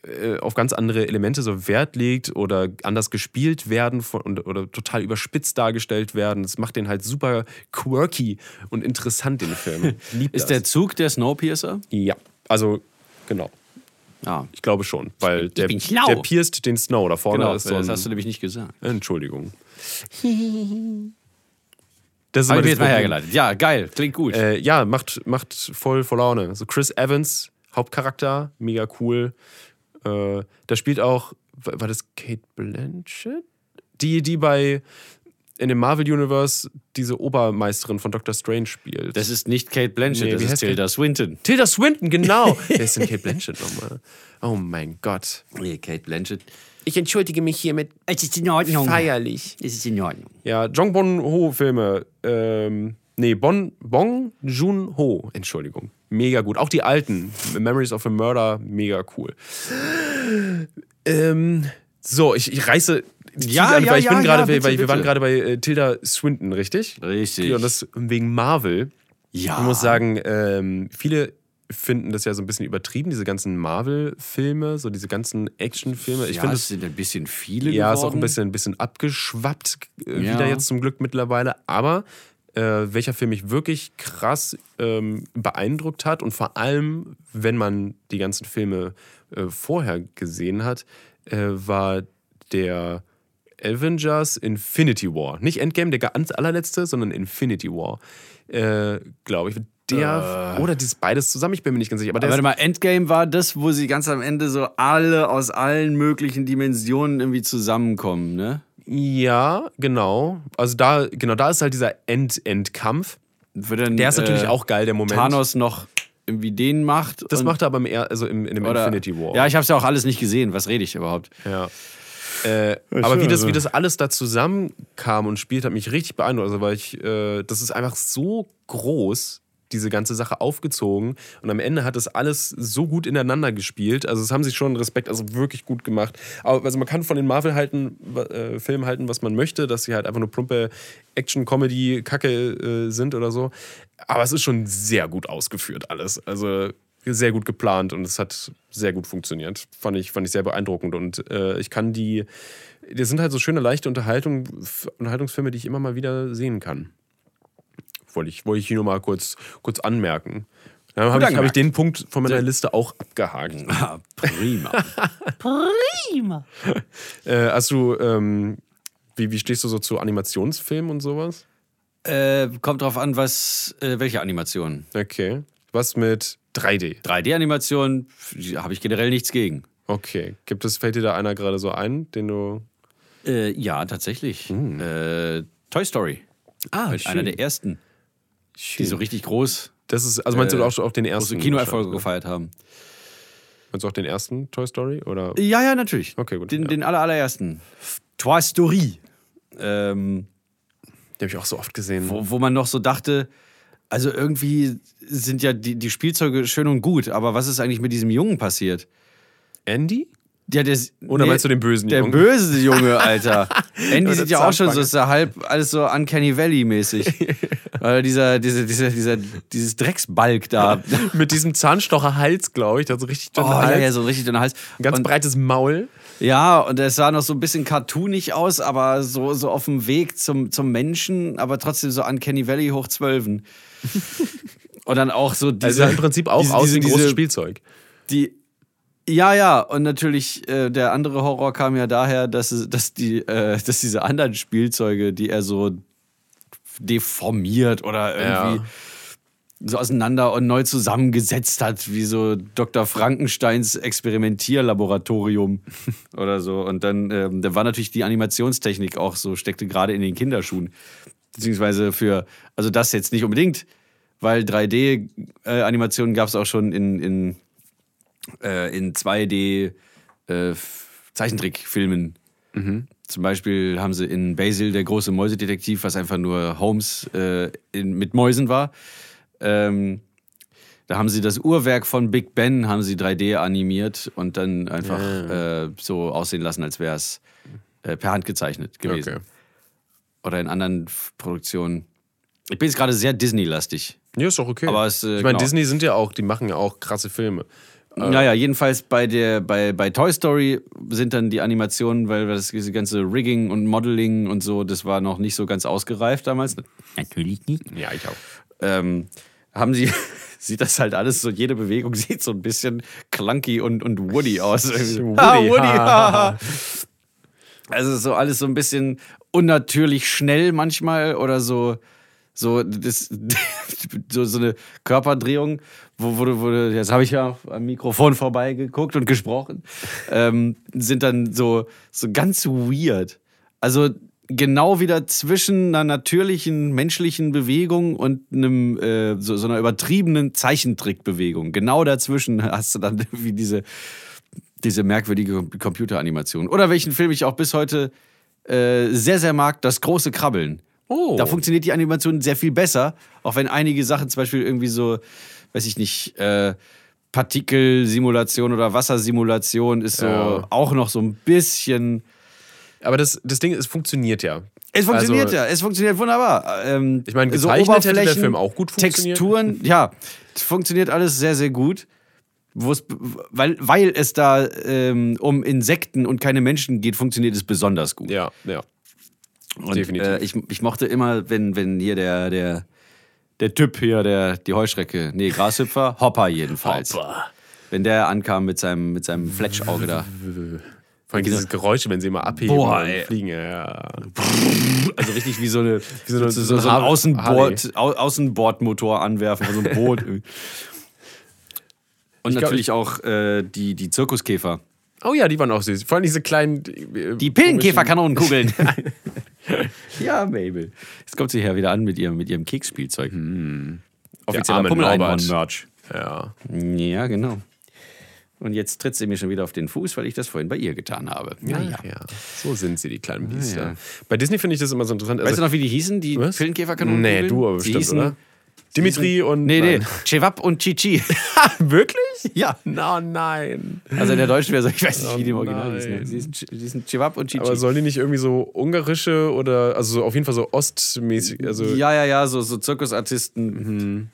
Speaker 2: äh, auf ganz andere Elemente so Wert legt oder anders gespielt werden von, und, oder total überspitzt dargestellt werden. Das macht den halt super quirky und interessant, den Film. Ich lieb
Speaker 1: Ist der
Speaker 2: das.
Speaker 1: Zug der Snowpiercer?
Speaker 2: Ja, also genau.
Speaker 1: Ja.
Speaker 2: Ich glaube schon, weil der,
Speaker 1: bin schlau.
Speaker 2: der pierst den Snow da vorne.
Speaker 1: Genau,
Speaker 2: ist so
Speaker 1: das
Speaker 2: ein-
Speaker 1: hast du nämlich nicht gesagt.
Speaker 2: Entschuldigung. Das ist
Speaker 1: Habe
Speaker 2: immer
Speaker 1: ich mir jetzt
Speaker 2: das
Speaker 1: mal
Speaker 2: Problem.
Speaker 1: hergeleitet. Ja, geil. Klingt gut.
Speaker 2: Äh, ja, macht, macht voll, voll Laune. So Chris Evans, Hauptcharakter, mega cool. Äh, da spielt auch, wa- war das Kate Blanchett? Die, die bei in dem Marvel Universe diese Obermeisterin von Doctor Strange spielt.
Speaker 1: das ist nicht Kate Blanchett,
Speaker 2: Nee,
Speaker 1: das
Speaker 2: wie
Speaker 1: ist
Speaker 2: heißt
Speaker 1: Tilda Swinton.
Speaker 2: Tilda Swinton, genau. Wer ist denn Kate Blanchett nochmal? Oh mein Gott.
Speaker 1: Nee, Kate Blanchett.
Speaker 2: Ich entschuldige mich hiermit
Speaker 1: Es ist in Ordnung.
Speaker 2: feierlich.
Speaker 1: Es ist in Ordnung.
Speaker 2: Ja, Jong Bon Ho Filme. Ähm, nee, Bon, Bong Joon Ho. Entschuldigung. Mega gut. Auch die alten. Memories of a Murder. Mega cool. Ähm, so, ich, ich reiße. die
Speaker 1: Ja,
Speaker 2: Zügel an,
Speaker 1: ja,
Speaker 2: weil ich
Speaker 1: ja,
Speaker 2: bin gerade,
Speaker 1: ja, bitte,
Speaker 2: weil wir waren
Speaker 1: bitte.
Speaker 2: gerade bei äh, Tilda Swinton, richtig?
Speaker 1: Richtig.
Speaker 2: Ja, und das wegen Marvel.
Speaker 1: Ja.
Speaker 2: Ich muss sagen, ähm, viele finden das ja so ein bisschen übertrieben, diese ganzen Marvel-Filme, so diese ganzen Action-Filme. Ich
Speaker 1: ja,
Speaker 2: finde
Speaker 1: es sind ein bisschen viele
Speaker 2: ja,
Speaker 1: geworden.
Speaker 2: ist auch ein bisschen, ein bisschen abgeschwappt äh,
Speaker 1: Ja.
Speaker 2: wieder jetzt zum Glück mittlerweile. Aber äh, welcher Film mich wirklich krass ähm, beeindruckt hat und vor allem, wenn man die ganzen Filme äh, vorher gesehen hat, äh, war der Avengers Infinity War. Nicht Endgame, der ganz allerletzte, sondern Infinity War. Äh, Glaube ich. Der oder dieses beides zusammen, ich bin mir nicht ganz sicher. Aber der
Speaker 1: Äh. Aber
Speaker 2: ist-
Speaker 1: Warte mal, Endgame war das, wo sie ganz am Ende so alle aus allen möglichen Dimensionen irgendwie zusammenkommen, ne?
Speaker 2: ja, genau. Also da, genau, da ist halt dieser End-End-Kampf.
Speaker 1: Wo dann,
Speaker 2: Der ist natürlich
Speaker 1: äh,
Speaker 2: auch geil, der Moment.
Speaker 1: Thanos noch irgendwie den macht.
Speaker 2: das
Speaker 1: und-
Speaker 2: macht er aber im, Er- also im, in dem
Speaker 1: oder-
Speaker 2: Infinity War.
Speaker 1: Ja, ich hab's ja auch alles nicht gesehen. Was rede ich überhaupt?
Speaker 2: Ja. Äh, aber wie
Speaker 1: schön,
Speaker 2: das,
Speaker 1: also.
Speaker 2: wie das alles da zusammenkam und spielt, hat mich richtig beeindruckt. Also, weil ich, äh, das ist einfach so groß, diese ganze Sache aufgezogen. Und am Ende hat das alles so gut ineinander gespielt. Also, das haben sie schon Respekt, also wirklich gut gemacht. Aber, also, man kann von den Marvel-Filmen äh, Filmen halten, was man möchte, dass sie halt einfach nur plumpe Action-Comedy-Kacke äh, sind oder so. Aber es ist schon sehr gut ausgeführt, alles. Also, sehr gut geplant und es hat sehr gut funktioniert. Fand ich, fand ich sehr beeindruckend. Und äh, ich kann die. Das sind halt so schöne, leichte Unterhaltung, F- Unterhaltungsfilme, die ich immer mal wieder sehen kann. Wollte ich, wollte ich hier nur mal kurz, kurz anmerken. Dann habe ich, hab ich
Speaker 1: angemerkt.
Speaker 2: den Punkt von meiner Liste auch abgehakt.
Speaker 1: Ah, prima.
Speaker 2: Äh, hast du, ähm, wie, wie stehst du so zu Animationsfilmen und sowas?
Speaker 1: äh, kommt drauf an, was, äh, welche Animation.
Speaker 2: Okay. Was mit 3D?
Speaker 1: 3D-Animation habe ich generell nichts gegen.
Speaker 2: Okay. Gibt es, fällt dir da einer gerade so ein, den du.
Speaker 1: Hm. Äh, ja, tatsächlich. Äh, Toy Story. Ah,
Speaker 2: Halt
Speaker 1: Einer
Speaker 2: schön.
Speaker 1: der ersten, die
Speaker 2: Schön.
Speaker 1: so richtig groß,
Speaker 2: das ist, also meinst du
Speaker 1: äh,
Speaker 2: auch, auch den ersten?
Speaker 1: große Kinoerfolge
Speaker 2: wahrscheinlich,
Speaker 1: gefeiert haben.
Speaker 2: ne? Meinst du auch den ersten Toy Story? Oder?
Speaker 1: Ja, ja, natürlich.
Speaker 2: Okay, gut,
Speaker 1: Den,
Speaker 2: ja.
Speaker 1: den aller, allerersten. Trois Story. Ähm,
Speaker 2: Den habe ich auch so oft gesehen.
Speaker 1: wo, wo man noch so dachte, also irgendwie sind ja die, die Spielzeuge schön und gut, aber was ist eigentlich mit diesem Jungen passiert?
Speaker 2: Andy?
Speaker 1: Ja, der, ist-
Speaker 2: Oder meinst du den bösen
Speaker 1: der
Speaker 2: Jungen?
Speaker 1: böse Junge, Alter. Andy
Speaker 2: Oder
Speaker 1: sieht ja auch schon so,
Speaker 2: Zahnpacke.
Speaker 1: ist ja halb alles so Uncanny Valley-mäßig. Weil dieser, dieser, dieser, dieser, dieses Drecksbalg da.
Speaker 2: Mit diesem Zahnstocherhals, glaube ich. Der hat so richtig
Speaker 1: Oh,
Speaker 2: dünnen Hals.
Speaker 1: ja, ja, so ein richtig dünner Hals.
Speaker 2: Ein ganz
Speaker 1: und,
Speaker 2: breites Maul.
Speaker 1: ja, und es sah noch so ein bisschen cartoonig aus, aber so, so auf dem Weg zum, zum Menschen, aber trotzdem so Uncanny Valley hoch Zwölfen. und dann auch so
Speaker 2: Also
Speaker 1: diese,
Speaker 2: sah im Prinzip auch
Speaker 1: diese,
Speaker 2: aus
Speaker 1: diese,
Speaker 2: wie ein großes
Speaker 1: diese-
Speaker 2: Spielzeug.
Speaker 1: die ja, ja, und natürlich, äh, der andere Horror kam ja daher, dass, es- dass, die, äh, dass diese anderen Spielzeuge, die er so deformiert oder irgendwie so auseinander und neu zusammengesetzt hat, wie so Dr. Frankensteins Experimentierlaboratorium oder so. Und dann, ähm, da war natürlich die Animationstechnik auch so, steckte gerade in den Kinderschuhen. Beziehungsweise für, also das jetzt nicht unbedingt, weil 3D-Animationen gab es auch schon in, in äh, in 2D äh, F- Zeichentrickfilmen. Zum Beispiel haben sie in Basil der große Mäusedetektiv, was einfach nur Holmes äh, in, mit Mäusen war. Ähm, da haben sie das Uhrwerk von Big Ben haben sie 3D animiert und dann einfach äh, so aussehen lassen, als wäre es äh, per Hand gezeichnet gewesen.
Speaker 2: Okay.
Speaker 1: Oder in anderen F- Produktionen. Ich bin jetzt gerade sehr Disney-lastig.
Speaker 2: Ja, ist doch okay.
Speaker 1: Aber es, äh,
Speaker 2: ich meine,
Speaker 1: genau.
Speaker 2: Disney sind ja auch, die machen ja auch krasse Filme.
Speaker 1: Naja, jedenfalls bei, der, bei, bei Toy Story sind dann die Animationen, weil das diese ganze Rigging und Modeling und so, das war noch nicht so ganz ausgereift damals. Natürlich nicht.
Speaker 2: Ja, ich auch.
Speaker 1: Ähm, haben sie, sieht das halt alles so, jede Bewegung sieht so ein bisschen clunky und, und Woody aus. Woody, ah, Woody haha. Also so alles so ein bisschen unnatürlich schnell manchmal oder so so das so, so eine Körperdrehung, wo wurde wurde jetzt habe ich ja am Mikrofon vorbeigeguckt und gesprochen, ähm, sind dann so so ganz weird. Also genau wieder zwischen einer natürlichen menschlichen Bewegung und einem äh, so, so einer übertriebenen Zeichentrickbewegung. Genau dazwischen hast du dann wie diese diese merkwürdige Com- Computeranimation. Oder welchen Film ich auch bis heute äh, sehr, sehr mag, das große Krabbeln.
Speaker 2: Oh.
Speaker 1: Da funktioniert die Animation sehr viel besser, auch wenn einige Sachen zum Beispiel irgendwie so, weiß ich nicht, äh, Partikelsimulation oder Wassersimulation ist so
Speaker 2: Ja.
Speaker 1: auch noch so ein bisschen.
Speaker 2: Aber das, das Ding, es funktioniert ja.
Speaker 1: Es funktioniert
Speaker 2: Also,
Speaker 1: ja, es funktioniert wunderbar. Ähm,
Speaker 2: Ich meine,
Speaker 1: so
Speaker 2: gezeichnet hätte der
Speaker 1: Oberflächen,
Speaker 2: Film auch gut funktioniert.
Speaker 1: Texturen, ja, es funktioniert alles sehr, sehr gut. Wo es- Weil, weil es da ähm, um Insekten und keine Menschen geht, funktioniert es besonders gut.
Speaker 2: Ja, ja.
Speaker 1: Und,
Speaker 2: Definitiv.
Speaker 1: Äh, ich, ich mochte immer, wenn, wenn hier der, der, der Typ hier, der, die Heuschrecke, nee, Grashüpfer, Hopper jedenfalls. Wenn der ankam mit seinem, mit seinem Fletschauge da.
Speaker 2: Vor allem dieses Geräusche, wenn sie immer abheben
Speaker 1: Boah,
Speaker 2: und
Speaker 1: ey.
Speaker 2: fliegen. Ja, ja.
Speaker 1: Also richtig wie so, eine, wie so,
Speaker 2: eine-
Speaker 1: so, so,
Speaker 2: so
Speaker 1: ein
Speaker 2: ein
Speaker 1: Außenbord, Au, Außenbordmotor anwerfen, von so ein Boot. irgendwie. Und
Speaker 2: glaub,
Speaker 1: natürlich auch äh, die, die Zirkuskäfer.
Speaker 2: Oh ja, die waren auch süß. Vor allem diese kleinen. äh,
Speaker 1: Die Pillenkäferkanonenkugeln. ja, Mabel. Jetzt kommt sie her wieder an mit ihrem, mit ihrem Keksspielzeug. Offizieller
Speaker 2: Mhm. arme Norbert.
Speaker 1: Pummel-Einhorn-Merch.
Speaker 2: komischen- Ja.
Speaker 1: Ja, genau. Und jetzt tritt sie mir schon wieder auf den Fuß, weil ich das vorhin bei ihr getan habe.
Speaker 2: Ja,
Speaker 1: Naja.
Speaker 2: ja. So sind sie, die kleinen Biester.
Speaker 1: Ah, ja.
Speaker 2: Bei Disney finde ich das immer so interessant.
Speaker 1: Weißt
Speaker 2: Also,
Speaker 1: du noch, wie die hießen, die
Speaker 2: Was?
Speaker 1: Pillenkäferkanonen?
Speaker 2: Nee, du aber bestimmt, oder? Dimitri und.
Speaker 1: Nee, nee,
Speaker 2: Nein.
Speaker 1: Chewab und Chichi.
Speaker 2: Wirklich?
Speaker 1: ja.
Speaker 2: Na, nein.
Speaker 1: Also in der deutschen Version, ich weiß nicht, wie die im
Speaker 2: Oh
Speaker 1: Original hießen.
Speaker 2: nein.
Speaker 1: Die sind, die sind Chewab und Chichi.
Speaker 2: Aber sollen die nicht irgendwie so ungarische oder. Also so auf jeden Fall so ostmäßig. Also.
Speaker 1: ja, ja, ja, so, so Zirkusartisten.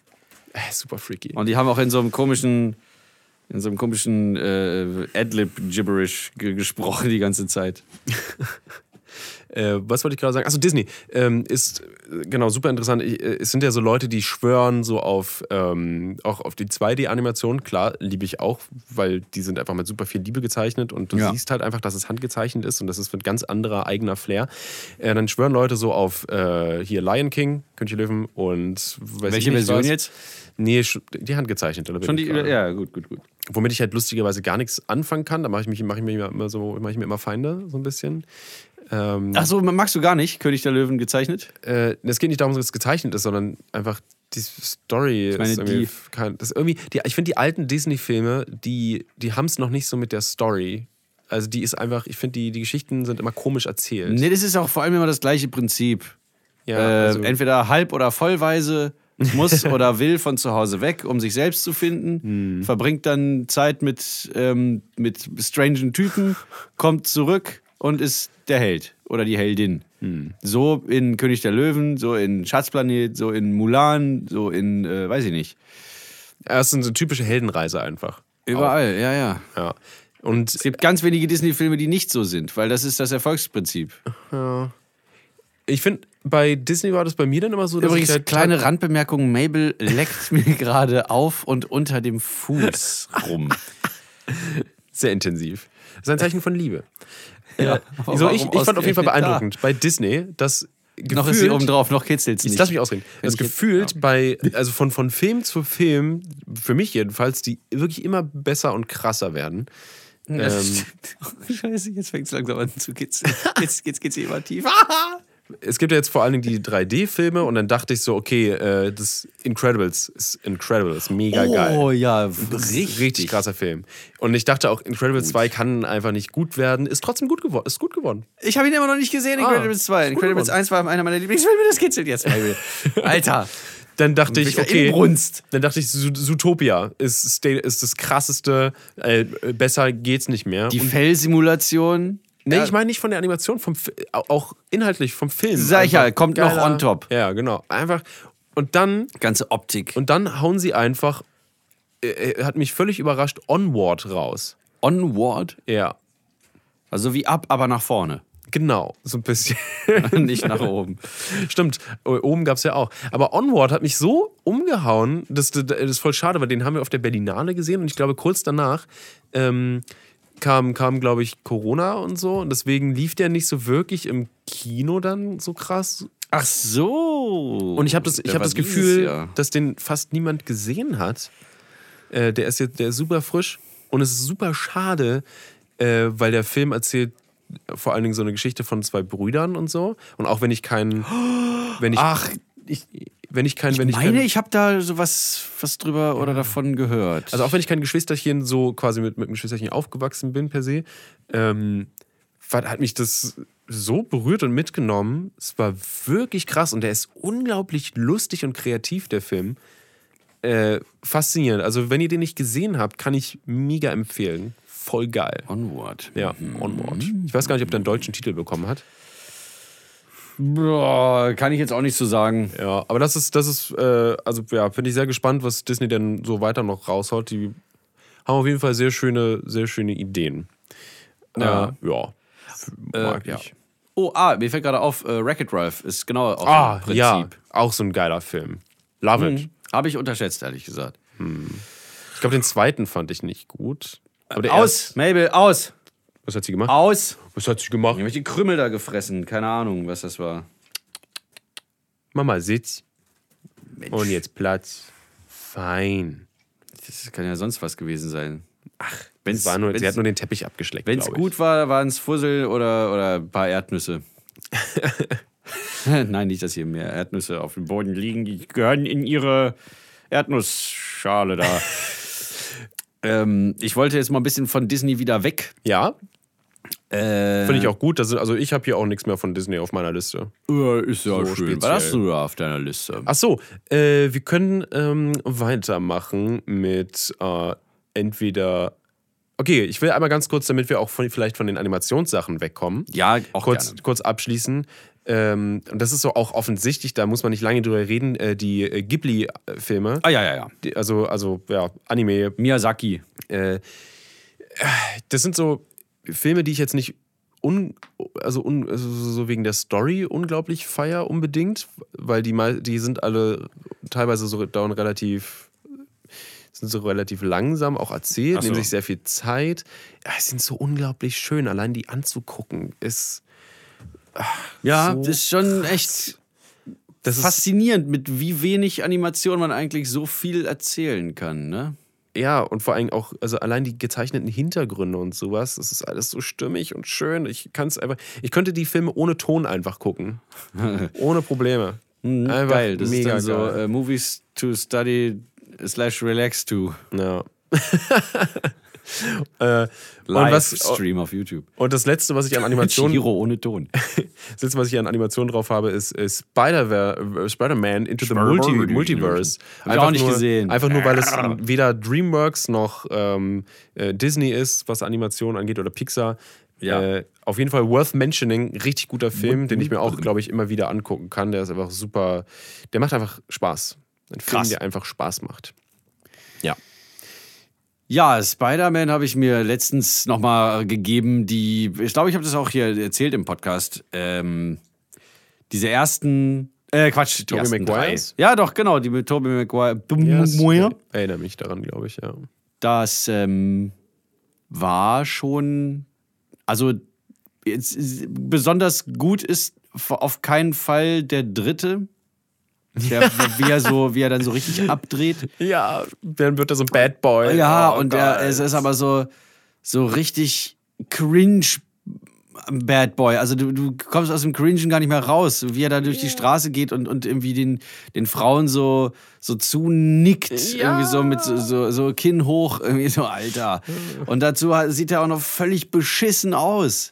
Speaker 2: Äh, super freaky.
Speaker 1: Und die haben auch in so einem komischen, in so einem komischen äh, Adlib-Gibberish ge gesprochen die ganze Zeit.
Speaker 2: Äh, was wollte ich gerade sagen? Achso, Disney ähm, ist äh, genau super interessant. Ich, äh, es sind ja so Leute, die schwören so auf ähm, auch auf die 2D-Animation. Klar, liebe ich auch, weil die sind einfach mit super viel Liebe gezeichnet und du
Speaker 1: Ja.
Speaker 2: siehst halt einfach, dass es handgezeichnet ist und das ist mit ganz anderer eigener Flair. Äh, dann schwören Leute so auf äh, hier Lion King, König der Löwen und weiß
Speaker 1: Welche
Speaker 2: ich nicht
Speaker 1: Version
Speaker 2: was.
Speaker 1: jetzt?
Speaker 2: Nee, sch- die handgezeichnete. da bin
Speaker 1: Schon
Speaker 2: ich
Speaker 1: die,
Speaker 2: gerade
Speaker 1: ja, gut, gut, gut.
Speaker 2: womit ich halt lustigerweise gar nichts anfangen kann. Da mache ich, mich- mache ich mir immer so, mache ich mir immer Feinde, so ein bisschen. Ähm,
Speaker 1: Ach so, magst du gar nicht König der Löwen gezeichnet?
Speaker 2: äh, es geht nicht darum, dass es gezeichnet ist, sondern einfach die Story
Speaker 1: meine,
Speaker 2: ist irgendwie,
Speaker 1: die-
Speaker 2: kein, das ist irgendwie die, ich finde die alten Disney-Filme, die, die haben es noch nicht so mit der Story. Also die ist einfach, ich finde die, die Geschichten sind immer komisch erzählt.
Speaker 1: Nee, das ist auch vor allem immer das gleiche Prinzip.
Speaker 2: Ja,
Speaker 1: äh,
Speaker 2: also-
Speaker 1: entweder halb oder vollweise muss oder will von zu Hause weg, um sich selbst zu finden, verbringt dann Zeit mit, ähm, mit strangen Typen, kommt zurück und ist der Held oder die Heldin. So in König der Löwen, so in Schatzplanet, so in Mulan, so in, äh, weiß ich nicht.
Speaker 2: Ja, es ist eine typische Heldenreise einfach.
Speaker 1: Überall, ja, ja.
Speaker 2: Auch, ja. Und
Speaker 1: Es gibt ganz wenige Disney-Filme, die nicht so sind, weil das ist das Erfolgsprinzip.
Speaker 2: ich finde, bei Disney war das bei mir dann immer so, dass
Speaker 1: Übrigens,
Speaker 2: ich halt
Speaker 1: kleine Randbemerkung: Mabel leckt mir gerade auf und unter dem Fuß rum.
Speaker 2: sehr intensiv. Das ist ein Zeichen von Liebe.
Speaker 1: Ja,
Speaker 2: So, ich, ich fand auf jeden Fall beeindruckend bei Disney, dass
Speaker 1: Noch ist sie
Speaker 2: gefühlt-
Speaker 1: oben drauf, noch kitzelt's
Speaker 2: Jetzt
Speaker 1: nicht.
Speaker 2: lass mich ausreden. Das
Speaker 1: ich jetzt-
Speaker 2: gefühlt bei, also von, von Film zu Film, für mich jedenfalls, die wirklich immer besser und krasser werden.
Speaker 1: Ähm. Scheiße, jetzt fängt es langsam an zu kitzeln. Jetzt, jetzt geht's hier immer tiefer.
Speaker 2: Es gibt ja jetzt vor allen Dingen die 3D-Filme und dann dachte ich so, okay, äh, das Incredibles ist Incredibles, mega geil.
Speaker 1: Oh ja,
Speaker 2: richtig.
Speaker 1: richtig.
Speaker 2: richtig krasser Film. Und ich dachte auch, Incredibles 2 kann einfach nicht gut werden. Ist trotzdem gut geworden. Ist gut geworden.
Speaker 1: Ich habe ihn immer noch nicht gesehen, Incredibles
Speaker 2: ist
Speaker 1: 2.
Speaker 2: gut
Speaker 1: Incredibles
Speaker 2: geworden.
Speaker 1: 1 war einer meiner Lieblingsfilme, das kitzelt jetzt. Mabel. Alter,
Speaker 2: Dann dachte ich,
Speaker 1: Welcher
Speaker 2: okay.
Speaker 1: Inbrunst.
Speaker 2: Dann dachte ich, Zoot- Zootopia ist, sta- ist das krasseste. Äh, besser geht's nicht mehr.
Speaker 1: die
Speaker 2: Und-
Speaker 1: Fellsimulation.
Speaker 2: nee,
Speaker 1: Ja.
Speaker 2: ich meine nicht von der Animation, vom, Fi- au- auch inhaltlich vom Film.
Speaker 1: Sag ich ja,
Speaker 2: Einfach
Speaker 1: kommt noch on top.
Speaker 2: Ja, genau. Einfach. Und dann,
Speaker 1: Ganze Optik.
Speaker 2: und dann hauen sie einfach, äh, äh, hat mich völlig überrascht, Onward raus.
Speaker 1: Onward,
Speaker 2: Ja,
Speaker 1: also wie ab, aber nach vorne.
Speaker 2: genau. So ein bisschen.
Speaker 1: nicht nach oben.
Speaker 2: Stimmt, o- oben gab es ja auch. Aber Onward hat mich so umgehauen, das, das das ist voll schade, weil den haben wir auf der Berlinale gesehen und ich glaube, kurz danach ähm, kam, kam glaube ich, Corona und so und deswegen lief der nicht so wirklich im Kino dann so krass.
Speaker 1: Ach so.
Speaker 2: Und ich habe das, ich
Speaker 1: Oh, Der
Speaker 2: hab
Speaker 1: war
Speaker 2: das
Speaker 1: dieses
Speaker 2: Gefühl,
Speaker 1: Jahr.
Speaker 2: dass den fast niemand gesehen hat. Äh, der ist jetzt der ist super frisch und es ist super schade, äh, weil der Film erzählt vor allen Dingen so eine Geschichte von zwei Brüdern und so. Und auch wenn ich keinen. Wenn ich
Speaker 1: Ach, ich
Speaker 2: wenn ich kein, wenn ich
Speaker 1: meine,
Speaker 2: kein,
Speaker 1: ich habe da sowas was drüber oder davon gehört.
Speaker 2: also auch wenn ich kein Geschwisterchen so quasi mit, mit einem Geschwisterchen aufgewachsen bin per se, ähm, war- hat mich das so berührt und mitgenommen. Es war wirklich krass und der ist unglaublich lustig und kreativ der Film. Äh, faszinierend. Also wenn ihr den nicht gesehen habt, kann ich mega empfehlen. Voll geil.
Speaker 1: Onward.
Speaker 2: Ja, Onward. Ich weiß gar nicht, ob der einen deutschen Titel bekommen hat.
Speaker 1: Boah, kann ich jetzt auch nicht so sagen.
Speaker 2: Ja, aber das ist, das ist, äh, also ja, bin ich sehr gespannt, was Disney denn so weiter noch raushaut. Die haben auf jeden Fall sehr schöne, sehr schöne Ideen. Ja. Äh, ja. Mag
Speaker 1: Äh, ja.
Speaker 2: ich.
Speaker 1: Oh, ah, mir fällt gerade auf, äh, Racket Ralph ist genau auch
Speaker 2: Ah,
Speaker 1: ein Prinzip. Mhm.
Speaker 2: ja. Auch so ein geiler Film. Love it.
Speaker 1: Habe ich unterschätzt, ehrlich gesagt.
Speaker 2: Ich glaube, den zweiten fand ich nicht gut. Aber der
Speaker 1: Äh, aus,
Speaker 2: erste-
Speaker 1: Mabel, aus,
Speaker 2: was hat sie gemacht?
Speaker 1: aus.
Speaker 2: Was hat sie gemacht?
Speaker 1: Ich habe die Krümmel da gefressen, keine Ahnung, was das war.
Speaker 2: Mama, sitz.
Speaker 1: Mensch,
Speaker 2: Und jetzt Platz. Fein.
Speaker 1: das kann ja sonst was gewesen sein. Ach, wenn's,
Speaker 2: Es war nur, sie hat
Speaker 1: wenn's,
Speaker 2: nur den Teppich abgeschleckt.
Speaker 1: wenn's
Speaker 2: glaub ich.
Speaker 1: gut war, waren es Fussel oder, oder ein paar Erdnüsse. Nein, nicht, dass hier mehr Erdnüsse auf dem Boden liegen. Die gehören in ihre Erdnussschale da. ähm, ich wollte jetzt mal ein bisschen von Disney wieder weg.
Speaker 2: Ja,
Speaker 1: Äh,
Speaker 2: finde ich auch gut. Das sind, also, ich habe hier auch nichts mehr von Disney auf meiner Liste.
Speaker 1: Ja, ist ja
Speaker 2: So
Speaker 1: schön.
Speaker 2: speziell.
Speaker 1: Was hast du da auf deiner Liste?
Speaker 2: Ach so, äh, wir können ähm, weitermachen mit äh, entweder. Okay, ich will einmal ganz kurz, damit wir auch von, vielleicht von den Animationssachen wegkommen,
Speaker 1: Ja, auch
Speaker 2: kurz,
Speaker 1: gerne.
Speaker 2: kurz abschließen. Ähm, und das ist so auch offensichtlich, da muss man nicht lange drüber reden, äh, die äh, Ghibli-Filme,
Speaker 1: Ah, ja, ja, ja.
Speaker 2: die- also, also ja, Anime,
Speaker 1: Miyazaki.
Speaker 2: äh, das sind so Filme, die ich jetzt nicht un, also, un, also so wegen der Story unglaublich feier unbedingt, weil die mal, die sind alle teilweise so dauern relativ sind so relativ langsam auch erzählt,
Speaker 1: Ach so.
Speaker 2: nehmen sich sehr viel Zeit. Ja, es sind so unglaublich schön, allein die anzugucken ist
Speaker 1: Ja,
Speaker 2: So
Speaker 1: das ist schon echt
Speaker 2: das ist
Speaker 1: faszinierend, mit wie wenig Animation man eigentlich so viel erzählen kann, ne?
Speaker 2: ja, und vor allem auch, also allein die gezeichneten Hintergründe und sowas, das ist alles so stimmig und schön. Ich kann es einfach, ich könnte die Filme ohne Ton einfach gucken. ohne Probleme.
Speaker 1: Mhm,
Speaker 2: Einfach
Speaker 1: geil, das
Speaker 2: mega
Speaker 1: ist dann so
Speaker 2: geil.
Speaker 1: äh, Movies to study slash relax to
Speaker 2: Ja. äh, und, was,
Speaker 1: Livestream auf YouTube.
Speaker 2: und das letzte, was ich an Animationen
Speaker 1: Chihiro oh. ohne Ton.
Speaker 2: Das letzte, was ich an Animationen drauf habe, ist, ist Spider- äh, Spider-Man Into the
Speaker 1: Spider-Man.
Speaker 2: Multi Multiverse.
Speaker 1: Hab ich auch nicht
Speaker 2: nur,
Speaker 1: gesehen. Ah.
Speaker 2: Einfach nur, weil es weder DreamWorks noch ähm, äh, Disney ist, was Animationen angeht, oder Pixar.
Speaker 1: Ja.
Speaker 2: Äh, auf jeden Fall worth mentioning. Richtig guter Film, den ich mir auch, glaube ich, immer wieder angucken kann. Der ist einfach super. Der macht einfach Spaß. Ein Film,
Speaker 1: Krass.
Speaker 2: der einfach Spaß macht. Ja.
Speaker 1: Ja, Spider-Man habe ich mir letztens nochmal gegeben, die, ich glaube, ich habe das auch hier erzählt im Podcast, ähm, diese ersten, äh, Quatsch, die
Speaker 2: Tobey
Speaker 1: ersten drei.
Speaker 2: Maguires?
Speaker 1: Ja, doch, genau, die mit Tobey Maguire.
Speaker 2: Yes.
Speaker 1: Moir.
Speaker 2: Erinnere mich daran, glaube ich, ja.
Speaker 1: das ähm, war schon, also jetzt, ist- besonders gut ist f- auf keinen Fall der dritte. Der, wie, er so, wie er dann so richtig abdreht.
Speaker 2: Ja, dann wird er so ein Bad Boy.
Speaker 1: Ja,
Speaker 2: Oh,
Speaker 1: und er,
Speaker 2: geil.
Speaker 1: es ist aber so, so richtig cringe Bad Boy. Also du, du kommst aus dem Cringen gar nicht mehr raus, wie er da durch die Straße geht und, und irgendwie den, den Frauen so, so zunickt.
Speaker 2: Ja.
Speaker 1: Irgendwie so mit so, so, so Kinn hoch, irgendwie so, Alter. Und dazu hat- sieht er auch noch völlig beschissen aus.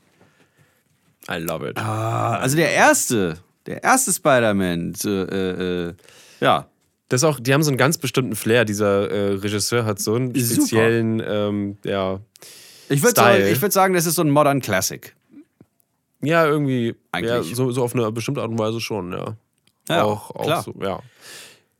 Speaker 2: I love it.
Speaker 1: Ah, Also der erste, der erste Spider-Man, so, äh, äh, ja.
Speaker 2: Das ist auch, die haben so einen ganz bestimmten Flair. Dieser äh, Regisseur hat so einen
Speaker 1: Super.
Speaker 2: speziellen, ähm, ja,
Speaker 1: Ich würde
Speaker 2: Style.
Speaker 1: sagen, ich würd sagen, das ist so ein Modern Classic.
Speaker 2: ja, irgendwie, ja,
Speaker 1: Eigentlich.
Speaker 2: so, so auf eine bestimmte Art und Weise schon, ja.
Speaker 1: Ja,
Speaker 2: auch, auch
Speaker 1: klar.
Speaker 2: so, ja.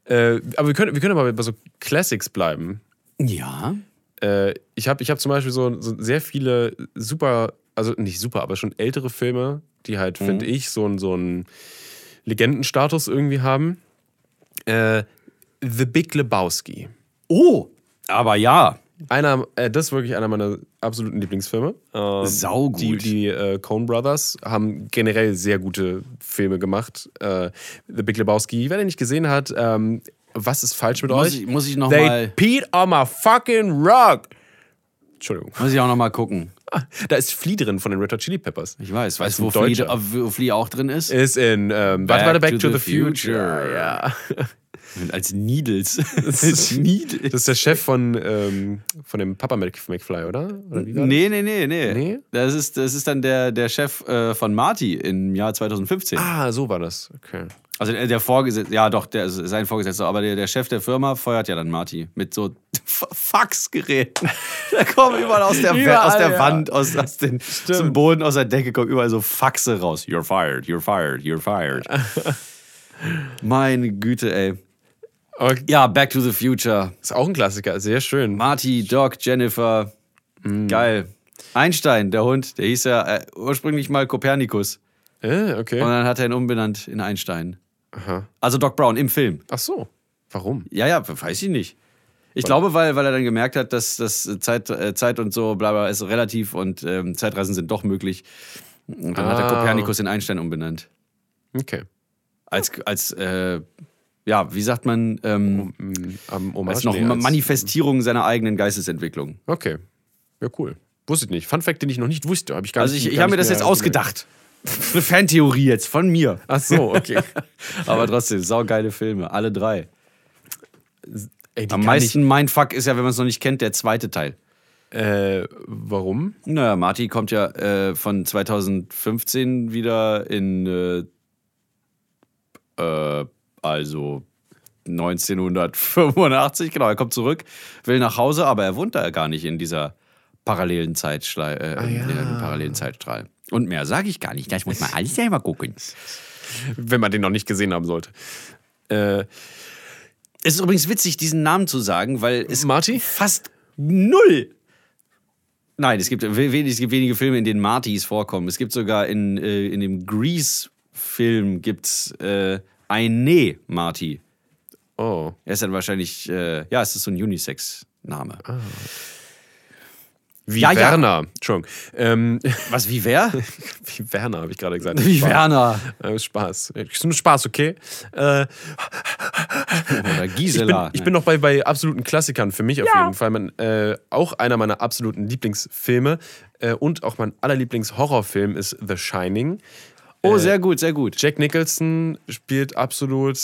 Speaker 2: Äh, aber wir können, wir können aber bei so Classics bleiben.
Speaker 1: Ja.
Speaker 2: Äh, ich habe ich hab zum Beispiel so, so sehr viele super, also nicht super, aber schon ältere Filme, die halt,
Speaker 1: Mhm.
Speaker 2: finde ich, so, einen- so einen Legendenstatus irgendwie haben. Äh, The Big Lebowski.
Speaker 1: Oh, aber ja.
Speaker 2: Einer, äh, das ist wirklich einer meiner absoluten Lieblingsfilme. Ähm,
Speaker 1: Saugut.
Speaker 2: Die, die äh, Coen Brothers haben generell sehr gute Filme gemacht. Äh, The Big Lebowski, wer den nicht gesehen hat, ähm, was ist falsch mit
Speaker 1: Muss
Speaker 2: euch?
Speaker 1: ich- muss ich noch
Speaker 2: They
Speaker 1: mal-
Speaker 2: peed on my fucking rock. Entschuldigung.
Speaker 1: Muss ich auch noch mal gucken.
Speaker 2: Da ist Flea drin von den Red Hot Chili Peppers.
Speaker 1: Ich weiß, weißt
Speaker 2: ein
Speaker 1: du, wo Flea,
Speaker 2: Deutscher.
Speaker 1: äh, wo Flea auch drin ist?
Speaker 2: Ist in ähm, warte,
Speaker 1: Back
Speaker 2: warte, Back
Speaker 1: to
Speaker 2: to,
Speaker 1: the
Speaker 2: the, Future.
Speaker 1: Future.
Speaker 2: Ja.
Speaker 1: Als Needles. Als
Speaker 2: Das
Speaker 1: Needles.
Speaker 2: ist der Chef von, ähm, von dem Papa Mc- McFly, oder? oder wie war
Speaker 1: Nee, nee, nee, nee.
Speaker 2: Nee?
Speaker 1: Das, ist, das ist dann der, der Chef äh, von Marty im Jahr 2015.
Speaker 2: das? Ah, so war das. Okay.
Speaker 1: Also der, der Vorgesetzte, ja doch, der ist sein Vorgesetzter, aber der, der Chef der Firma feuert ja dann Marty mit so F- Faxgeräten. da kommen überall aus der,
Speaker 2: Überall,
Speaker 1: aus der
Speaker 2: ja.
Speaker 1: Wand, aus, aus den, zum Boden, aus der Decke kommen überall so Faxe raus. You're fired, you're fired, you're fired. Meine Güte, ey.
Speaker 2: Aber
Speaker 1: Ja, Back to the Future.
Speaker 2: Ist auch ein Klassiker, sehr schön.
Speaker 1: Marty, Doc, Jennifer.
Speaker 2: Mhm.
Speaker 1: Geil. Einstein, der Hund, der hieß ja äh, ursprünglich mal Kopernikus.
Speaker 2: Äh,
Speaker 1: Und
Speaker 2: okay.
Speaker 1: dann hat er ihn umbenannt in Einstein.
Speaker 2: Aha.
Speaker 1: Also Doc Brown im Film.
Speaker 2: Ach so. Warum?
Speaker 1: Ja, ja, weiß ich nicht. Ich glaube, weil, weil er dann gemerkt hat, dass, dass Zeit, äh, Zeit und so bla bla ist relativ und ähm, Zeitreisen sind doch möglich. Und dann hat er
Speaker 2: Ah.
Speaker 1: Kopernikus in Einstein umbenannt.
Speaker 2: Okay.
Speaker 1: Als, als äh, ja, wie sagt man, ähm,
Speaker 2: Mm, Am Hommage,
Speaker 1: als noch
Speaker 2: nee,
Speaker 1: Ma- Manifestierung seiner eigenen Geistesentwicklung.
Speaker 2: Okay. Ja, cool. Wusste ich nicht. Fun Fact, den ich noch nicht wusste. Hab ich gar
Speaker 1: Also
Speaker 2: nicht,
Speaker 1: ich, ich
Speaker 2: gar
Speaker 1: habe mir das
Speaker 2: nicht mehr
Speaker 1: jetzt ausgedacht. Eine Fantheorie jetzt von mir.
Speaker 2: gemerkt. Ach so, okay.
Speaker 1: Aber trotzdem, saugeile Filme, alle drei.
Speaker 2: Ey, die
Speaker 1: Am
Speaker 2: kann
Speaker 1: meisten Mindfuck ist ja, wenn man es noch nicht kennt, der zweite Teil.
Speaker 2: Ich, äh, warum?
Speaker 1: Naja, Marty kommt ja äh, von 2015 wieder in, äh, äh, also 1985, genau, er kommt zurück, will nach Hause, aber er wohnt da gar nicht in dieser parallelen Zeitschlei äh, in
Speaker 2: ja.
Speaker 1: dem parallelen Zeitstrahl. Und mehr sage ich gar nicht, das muss man alles selber gucken.
Speaker 2: Wenn man den noch nicht gesehen haben sollte. Äh,
Speaker 1: Es ist übrigens witzig, diesen Namen zu sagen, weil es
Speaker 2: Marty?
Speaker 1: fast null. Nein, es gibt, we- wenig, es gibt wenige Filme, in denen Martys vorkommen. Es gibt sogar in, äh, in dem Grease-Film gibt's äh, ein Nee Marty.
Speaker 2: Oh.
Speaker 1: Ah. Er ist dann wahrscheinlich, äh, ja, es ist so ein Unisex-Name.
Speaker 2: Wie
Speaker 1: Ja, ja.
Speaker 2: Werner. Entschuldigung. Ähm,
Speaker 1: Was, wie wer?
Speaker 2: wie Werner, habe ich gerade gesagt.
Speaker 1: Wie
Speaker 2: Spaß.
Speaker 1: Werner.
Speaker 2: Äh, Spaß. Ist nur Spaß, okay? Äh,
Speaker 1: Oder
Speaker 2: ich, bin,
Speaker 1: Gisela.
Speaker 2: ich bin noch bei, bei absoluten Klassikern für mich auf jeden Fall. Mein, äh, auch einer meiner absoluten Lieblingsfilme äh, und auch mein allerlieblings Horrorfilm ist The Shining.
Speaker 1: oh, sehr gut, sehr gut.
Speaker 2: Jack Nicholson spielt absolut.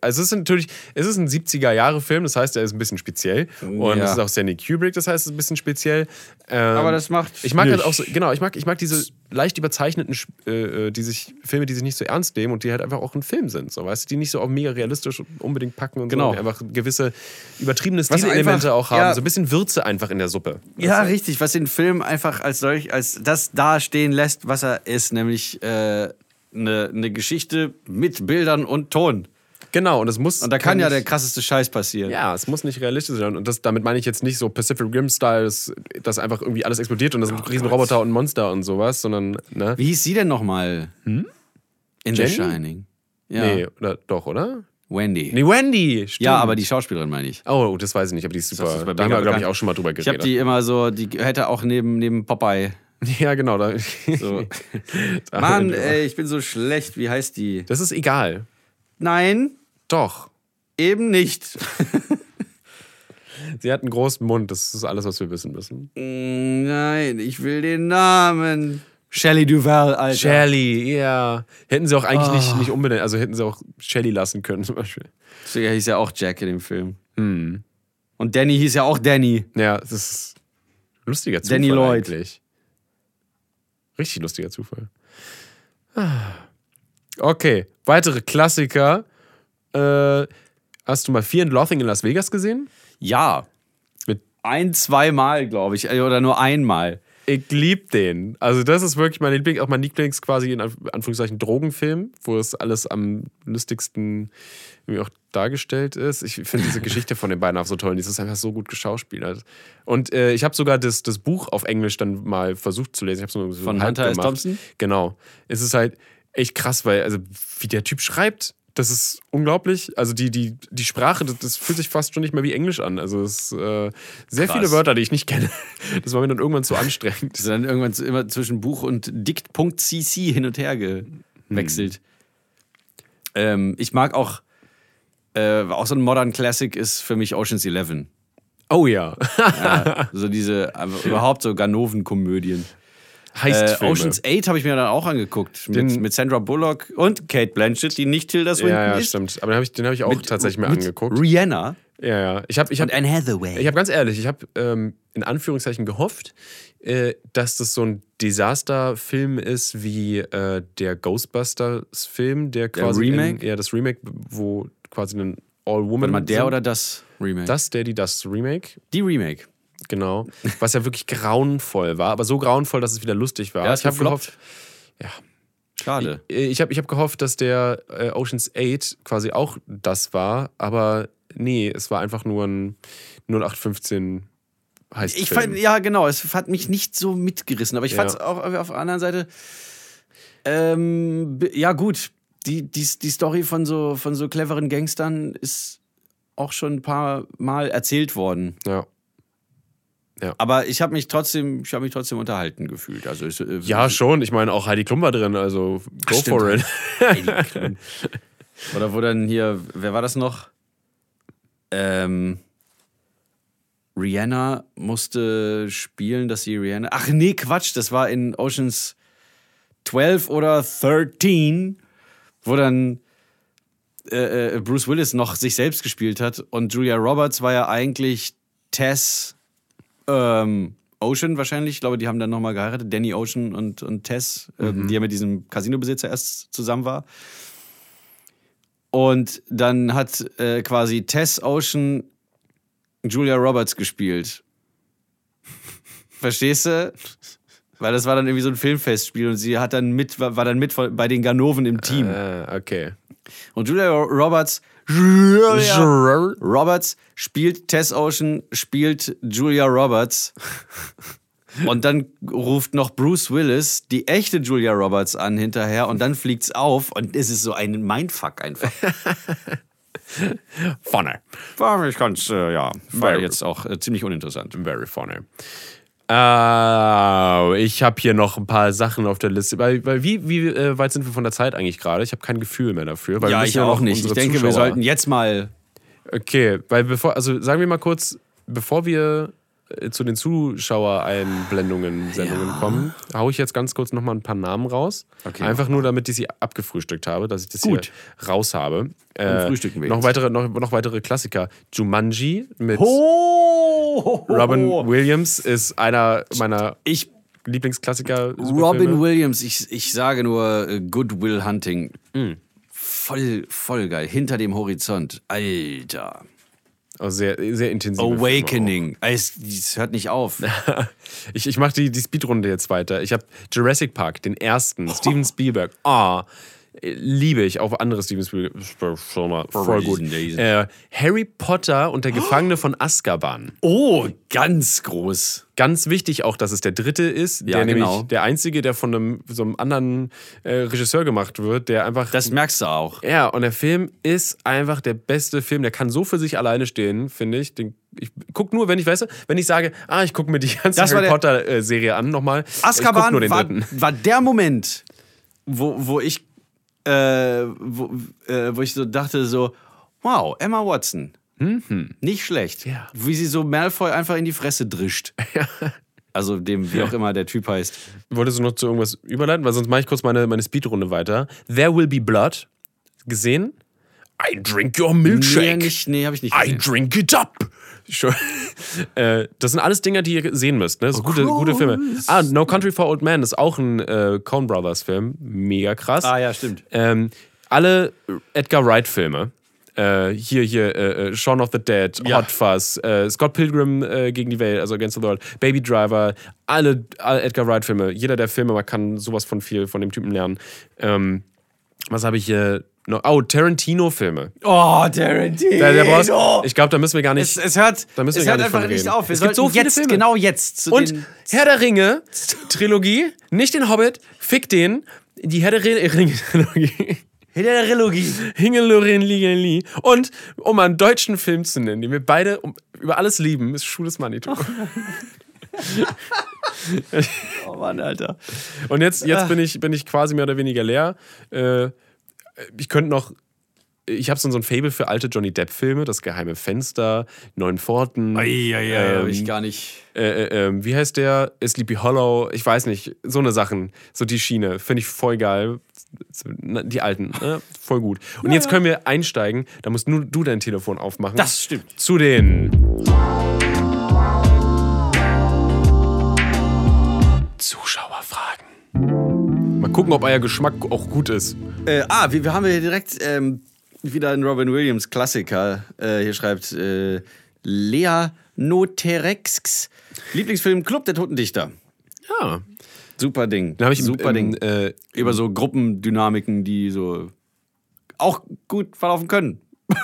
Speaker 2: Also es ist natürlich, es ist ein 70er-Jahre-Film, das heißt, er ist ein bisschen speziell. Und
Speaker 1: Ja.
Speaker 2: es ist auch Sandy Kubrick, das heißt, es ist ein bisschen speziell. Ähm,
Speaker 1: Aber das macht
Speaker 2: Ich mag halt
Speaker 1: nicht.
Speaker 2: auch so, genau, ich mag, ich mag diese leicht überzeichneten Sch- äh, äh, die sich, Filme, die sich nicht so ernst nehmen und die halt einfach auch ein Film sind, so weißt du, die nicht so auch mega realistisch unbedingt packen und
Speaker 1: Genau.
Speaker 2: so, die einfach gewisse übertriebene
Speaker 1: einfach-
Speaker 2: Stilelemente auch haben,
Speaker 1: ja.
Speaker 2: so ein bisschen Würze einfach in der Suppe.
Speaker 1: Ja, richtig, was den Film einfach als solch, als das dastehen lässt, was er ist, nämlich äh, eine eine Geschichte mit Bildern und Ton.
Speaker 2: Genau, und es muss
Speaker 1: Und da kann ja
Speaker 2: nicht-
Speaker 1: der krasseste Scheiß passieren.
Speaker 2: Ja, es muss nicht realistisch sein. Und das, damit meine ich jetzt nicht so Pacific Rim-Style, dass, dass einfach irgendwie alles explodiert und das sind Riesenroboter und Monster und sowas, sondern, ne?
Speaker 1: Oh Wie hieß sie denn nochmal? Hm? In The
Speaker 2: Jenny?
Speaker 1: Shining. Ja.
Speaker 2: Nee, oder doch, oder?
Speaker 1: Wendy.
Speaker 2: Nee, Wendy! Stimmt.
Speaker 1: ja, aber die Schauspielerin meine ich.
Speaker 2: Oh, das weiß ich nicht, aber die ist
Speaker 1: Das ist bei
Speaker 2: super. Da haben
Speaker 1: Mega
Speaker 2: wir, glaube ich,
Speaker 1: bekannt.
Speaker 2: auch schon mal drüber
Speaker 1: Ich habe
Speaker 2: geredet.
Speaker 1: die immer so, die hätte auch neben, neben Popeye.
Speaker 2: ja, genau. Da,
Speaker 1: So.
Speaker 2: da-
Speaker 1: Mann, ey, ich bin so schlecht. Wie heißt die?
Speaker 2: Das ist egal.
Speaker 1: Nein,
Speaker 2: Doch.
Speaker 1: eben nicht.
Speaker 2: Sie hat einen großen Mund, das ist alles, was wir wissen müssen.
Speaker 1: Mm, Nein, ich will den Namen. Shelley Duvall, Alter.
Speaker 2: Shelly, ja. Hätten sie auch eigentlich nicht, nicht unbedingt, also hätten sie auch Shelly lassen können zum Beispiel.
Speaker 1: Deswegen hieß ja auch Jack in dem Film.
Speaker 2: Hm.
Speaker 1: Und Danny hieß ja auch Danny.
Speaker 2: Ja, das ist ein lustiger Zufall
Speaker 1: Danny Lloyd.
Speaker 2: eigentlich. Richtig lustiger Zufall. Ah. Okay, weitere Klassiker. Äh, hast du mal Fear and Loathing in Las Vegas gesehen?
Speaker 1: Ja.
Speaker 2: Mit-
Speaker 1: ein, zweimal, glaube ich. äh, Oder nur einmal.
Speaker 2: Ich lieb den. Also das ist wirklich mein Lieblings, auch mein Lieblings quasi in Anf- Anführungszeichen Drogenfilm, wo es alles am lustigsten irgendwie auch dargestellt ist. Ich finde diese Geschichte von den beiden auch so toll. Die ist einfach so gut geschauspielert. Und äh, ich habe sogar das, das Buch auf Englisch dann mal versucht zu lesen. Ich hab's nur so
Speaker 1: Von
Speaker 2: halb
Speaker 1: Hunter S.
Speaker 2: gemacht.
Speaker 1: Thompson?
Speaker 2: Genau. Es ist halt echt krass, weil, also, wie der Typ schreibt, das ist unglaublich. Also, die, die, die Sprache, das, das fühlt sich fast schon nicht mehr wie Englisch an. Also, es äh, sehr
Speaker 1: Krass.
Speaker 2: viele Wörter, die ich nicht kenne. Das war mir dann irgendwann zu anstrengend.
Speaker 1: Das ist dann irgendwann zu- immer zwischen Buch und Dict.cc hin und her gewechselt. Ähm, ich mag auch, äh, auch so ein Modern Classic ist für mich Ocean's Eleven.
Speaker 2: Oh ja.
Speaker 1: So diese, aber überhaupt so Ganoven-Komödien. Äh,
Speaker 2: Heißt
Speaker 1: Ocean's 8 habe ich mir dann auch angeguckt. Mit,
Speaker 2: Den-
Speaker 1: mit Sandra Bullock und Kate Blanchett, die nicht Tilda Swinton
Speaker 2: Ja, ja,
Speaker 1: ist.
Speaker 2: stimmt. Aber den habe ich, den hab ich auch tatsächlich mir
Speaker 1: mit
Speaker 2: angeguckt.
Speaker 1: Rihanna
Speaker 2: Ja, ja. Ich habe ich hab
Speaker 1: und Anne Hathaway.
Speaker 2: Ich habe ganz ehrlich, ich habe ähm, in Anführungszeichen gehofft, äh, dass das so ein Desasterfilm ist wie äh, der Ghostbusters-Film, der quasi.
Speaker 1: Remake?
Speaker 2: In, ja, das Remake, wo quasi ein
Speaker 1: Warte
Speaker 2: All-Woman.
Speaker 1: mal, der
Speaker 2: sind.
Speaker 1: oder das Remake?
Speaker 2: Das, der, die, das Remake,
Speaker 1: Die Remake.
Speaker 2: genau. Was ja wirklich grauenvoll war, aber so grauenvoll, dass es wieder lustig war.
Speaker 1: Ja, ist
Speaker 2: ich habe
Speaker 1: gefloppt. ne?
Speaker 2: gehofft,
Speaker 1: Schade.
Speaker 2: äh, ich habe ich hab gehofft, dass der äh, Oceans 8 quasi auch das war, aber nee, es war einfach nur ein 0815 heißt
Speaker 1: Ich fand, ja, genau, es hat mich nicht so mitgerissen, aber ich
Speaker 2: Ja.
Speaker 1: fand es auch irgendwie auf der anderen Seite, ähm, b- ja gut, die, die, die Story von so, von so cleveren Gangstern ist auch schon ein paar Mal erzählt worden.
Speaker 2: ja.
Speaker 1: Aber ich habe mich trotzdem, ich habe mich trotzdem unterhalten gefühlt. Also ich, äh,
Speaker 2: Ja, schon. Ich meine, auch Heidi Klum war drin, also go
Speaker 1: stimmt. halt.
Speaker 2: for it.
Speaker 1: Oder wo dann hier, wer war das noch? Ähm, Rihanna musste spielen, dass sie Rihanna. Ach nee, Quatsch, das war in Oceans 12 oder 13, wo dann äh, äh, Bruce Willis noch sich selbst gespielt hat und Julia Roberts war ja eigentlich Tess ähm, Ocean wahrscheinlich. Ich glaube, die haben dann nochmal geheiratet. Danny Ocean und, und Tess, ähm, die ja mit diesem Casinobesitzer erst zusammen war. Und dann hat äh, quasi Tess Ocean Julia Roberts gespielt. Verstehst du? Weil das war dann irgendwie so ein Filmfestspiel und sie hat dann mit, war war dann mit von- bei den Ganoven im Team.
Speaker 2: Äh, okay.
Speaker 1: Und Julia Ro- Roberts. Julia
Speaker 2: Gerard-
Speaker 1: Roberts spielt Tess Ocean, spielt Julia Roberts. Und dann ruft noch Bruce Willis die echte Julia Roberts an hinterher und dann fliegt's auf und es ist so ein Mindfuck einfach.
Speaker 2: Funny.
Speaker 1: War ich ganz, äh, ja, war
Speaker 2: Very-
Speaker 1: jetzt auch äh, ziemlich uninteressant.
Speaker 2: Very funny. Ah, ich habe hier noch ein paar Sachen auf der Liste. Weil, weil wie, wie äh, weit sind wir von der Zeit eigentlich gerade? Ich habe kein Gefühl mehr dafür. Weil wir
Speaker 1: ja,
Speaker 2: müssen
Speaker 1: ich auch
Speaker 2: noch
Speaker 1: nicht. Ich
Speaker 2: unsere
Speaker 1: denke, wir
Speaker 2: Zuschauer-
Speaker 1: sollten jetzt mal.
Speaker 2: Okay, weil bevor, also sagen wir mal kurz, bevor wir äh, zu den Zuschauereinblendungen, Sendungen kommen, haue ich jetzt ganz kurz nochmal ein paar Namen raus.
Speaker 1: Okay.
Speaker 2: Einfach nur, damit ich sie abgefrühstückt habe, dass ich das
Speaker 1: Gut.
Speaker 2: hier raus habe. Äh,
Speaker 1: frühstücken wir
Speaker 2: noch,
Speaker 1: jetzt.
Speaker 2: weitere, noch, noch weitere Klassiker. Jumanji mit
Speaker 1: Oh!
Speaker 2: Robin Williams ist einer meiner
Speaker 1: Ich,
Speaker 2: Lieblingsklassiker.
Speaker 1: Robin Williams, ich, ich sage nur äh, Good Will Hunting. Voll, voll geil. Hinter dem Horizont. Alter.
Speaker 2: also sehr, sehr intensiv.
Speaker 1: Awakening. Es, es hört nicht auf.
Speaker 2: Ich, ich mache die, die Speedrunde jetzt weiter. Ich habe Jurassic Park, den ersten,
Speaker 1: Oh.
Speaker 2: Steven Spielberg. Ah, äh, liebe ich. Auch andere Steven Spielberg. Schon mal voll gut.
Speaker 1: Diesen.
Speaker 2: Äh, Harry Potter und der Gefangene von Azkaban.
Speaker 1: Oh, ganz groß.
Speaker 2: Ganz wichtig auch, dass es der dritte ist,
Speaker 1: Ja,
Speaker 2: der
Speaker 1: genau.
Speaker 2: nämlich der einzige, der von einem, so einem anderen äh, Regisseur gemacht wird, der einfach
Speaker 1: Das merkst du auch.
Speaker 2: Ja, und der Film ist einfach der beste Film. Der kann so für sich alleine stehen, finde ich. Den, ich guck nur, wenn ich, weißt du, wenn ich sage, ah, ich gucke mir die ganze
Speaker 1: Das war
Speaker 2: Harry
Speaker 1: der-
Speaker 2: Potter-Serie an nochmal. ich guck
Speaker 1: Azkaban
Speaker 2: nur den
Speaker 1: war,
Speaker 2: dritten.
Speaker 1: war der Moment, wo, wo ich äh, wo, äh, wo ich so dachte so wow Emma Watson nicht schlecht
Speaker 2: Ja.
Speaker 1: wie sie so Malfoy einfach in die Fresse drischt also dem wie auch immer der Typ heißt
Speaker 2: Wolltest du noch zu irgendwas überleiten? Weil sonst mache ich kurz meine, meine Speedrunde weiter. There Will Be Blood. Gesehen? I drink your
Speaker 1: nee
Speaker 2: milkshake.
Speaker 1: nicht nee habe ich nicht
Speaker 2: I
Speaker 1: gesehen.
Speaker 2: drink it up. Schon. äh, das sind alles Dinger, die ihr sehen müsst. Ne? Das sind gute, gute Filme. Ah, No Country for Old Man ist auch ein äh, Coen Brothers Film. Mega krass.
Speaker 1: ah ja stimmt
Speaker 2: ähm, alle Edgar Wright Filme. Äh, hier, hier, äh, äh, Shaun of the Dead,
Speaker 1: Ja.
Speaker 2: Hot Fuzz, äh, Scott Pilgrim äh, gegen die Welt, also Against the World, Baby Driver, alle, alle Edgar Wright Filme. Jeder der Filme, man kann sowas von viel von dem Typen lernen. Ähm, was habe ich hier noch? Oh, Tarantino Filme.
Speaker 1: oh Tarantino
Speaker 2: Der, der brauchst, ich glaube, da müssen wir gar
Speaker 1: es,
Speaker 2: nicht.
Speaker 1: es hört
Speaker 2: Da müssen wir
Speaker 1: es
Speaker 2: gar
Speaker 1: hört
Speaker 2: nicht
Speaker 1: einfach
Speaker 2: von
Speaker 1: nicht
Speaker 2: reden.
Speaker 1: auf wir
Speaker 2: Es
Speaker 1: sollten
Speaker 2: gibt so viele
Speaker 1: jetzt
Speaker 2: Filme.
Speaker 1: genau jetzt zu
Speaker 2: Und
Speaker 1: den
Speaker 2: Herr der Ringe Trilogie, nicht den Hobbit, fick den. Die Herr der Re- Ringe Trilogie.
Speaker 1: der Trilogie
Speaker 2: Hingelorin Ligenli. Und um einen deutschen Film zu nennen, den wir beide um, über alles lieben, ist Schules Manitou.
Speaker 1: oh Mann Alter
Speaker 2: Und jetzt,
Speaker 1: Ah.
Speaker 2: jetzt bin, ich, bin ich quasi mehr oder weniger leer. Äh, ich könnte noch. Ich habe so so ein Fable für alte Johnny Depp-Filme, Das Geheime Fenster, Neun Pforten.
Speaker 1: ja ja
Speaker 2: ähm,
Speaker 1: ich gar nicht
Speaker 2: äh, äh, ähm, wie heißt der? Sleepy Hollow, ich weiß nicht, so eine Sachen, so die Schiene, finde ich voll geil. So, na, Die alten, ne? voll gut. Und jetzt können wir einsteigen, da musst nur du dein Telefon aufmachen.
Speaker 1: Das stimmt.
Speaker 2: Zu den Zuschauerfragen. Mal gucken, ob euer Geschmack auch gut ist.
Speaker 1: Äh, ah, wir, wir haben hier direkt ähm, wieder einen Robin Williams Klassiker. Äh, hier schreibt äh, Lea Noterexx. Lieblingsfilm Club der Toten Dichter.
Speaker 2: Ja.
Speaker 1: Super Ding.
Speaker 2: Dann habe ich
Speaker 1: Super
Speaker 2: im,
Speaker 1: Ding.
Speaker 2: im, äh,
Speaker 1: Über so Gruppendynamiken, die so auch gut verlaufen können.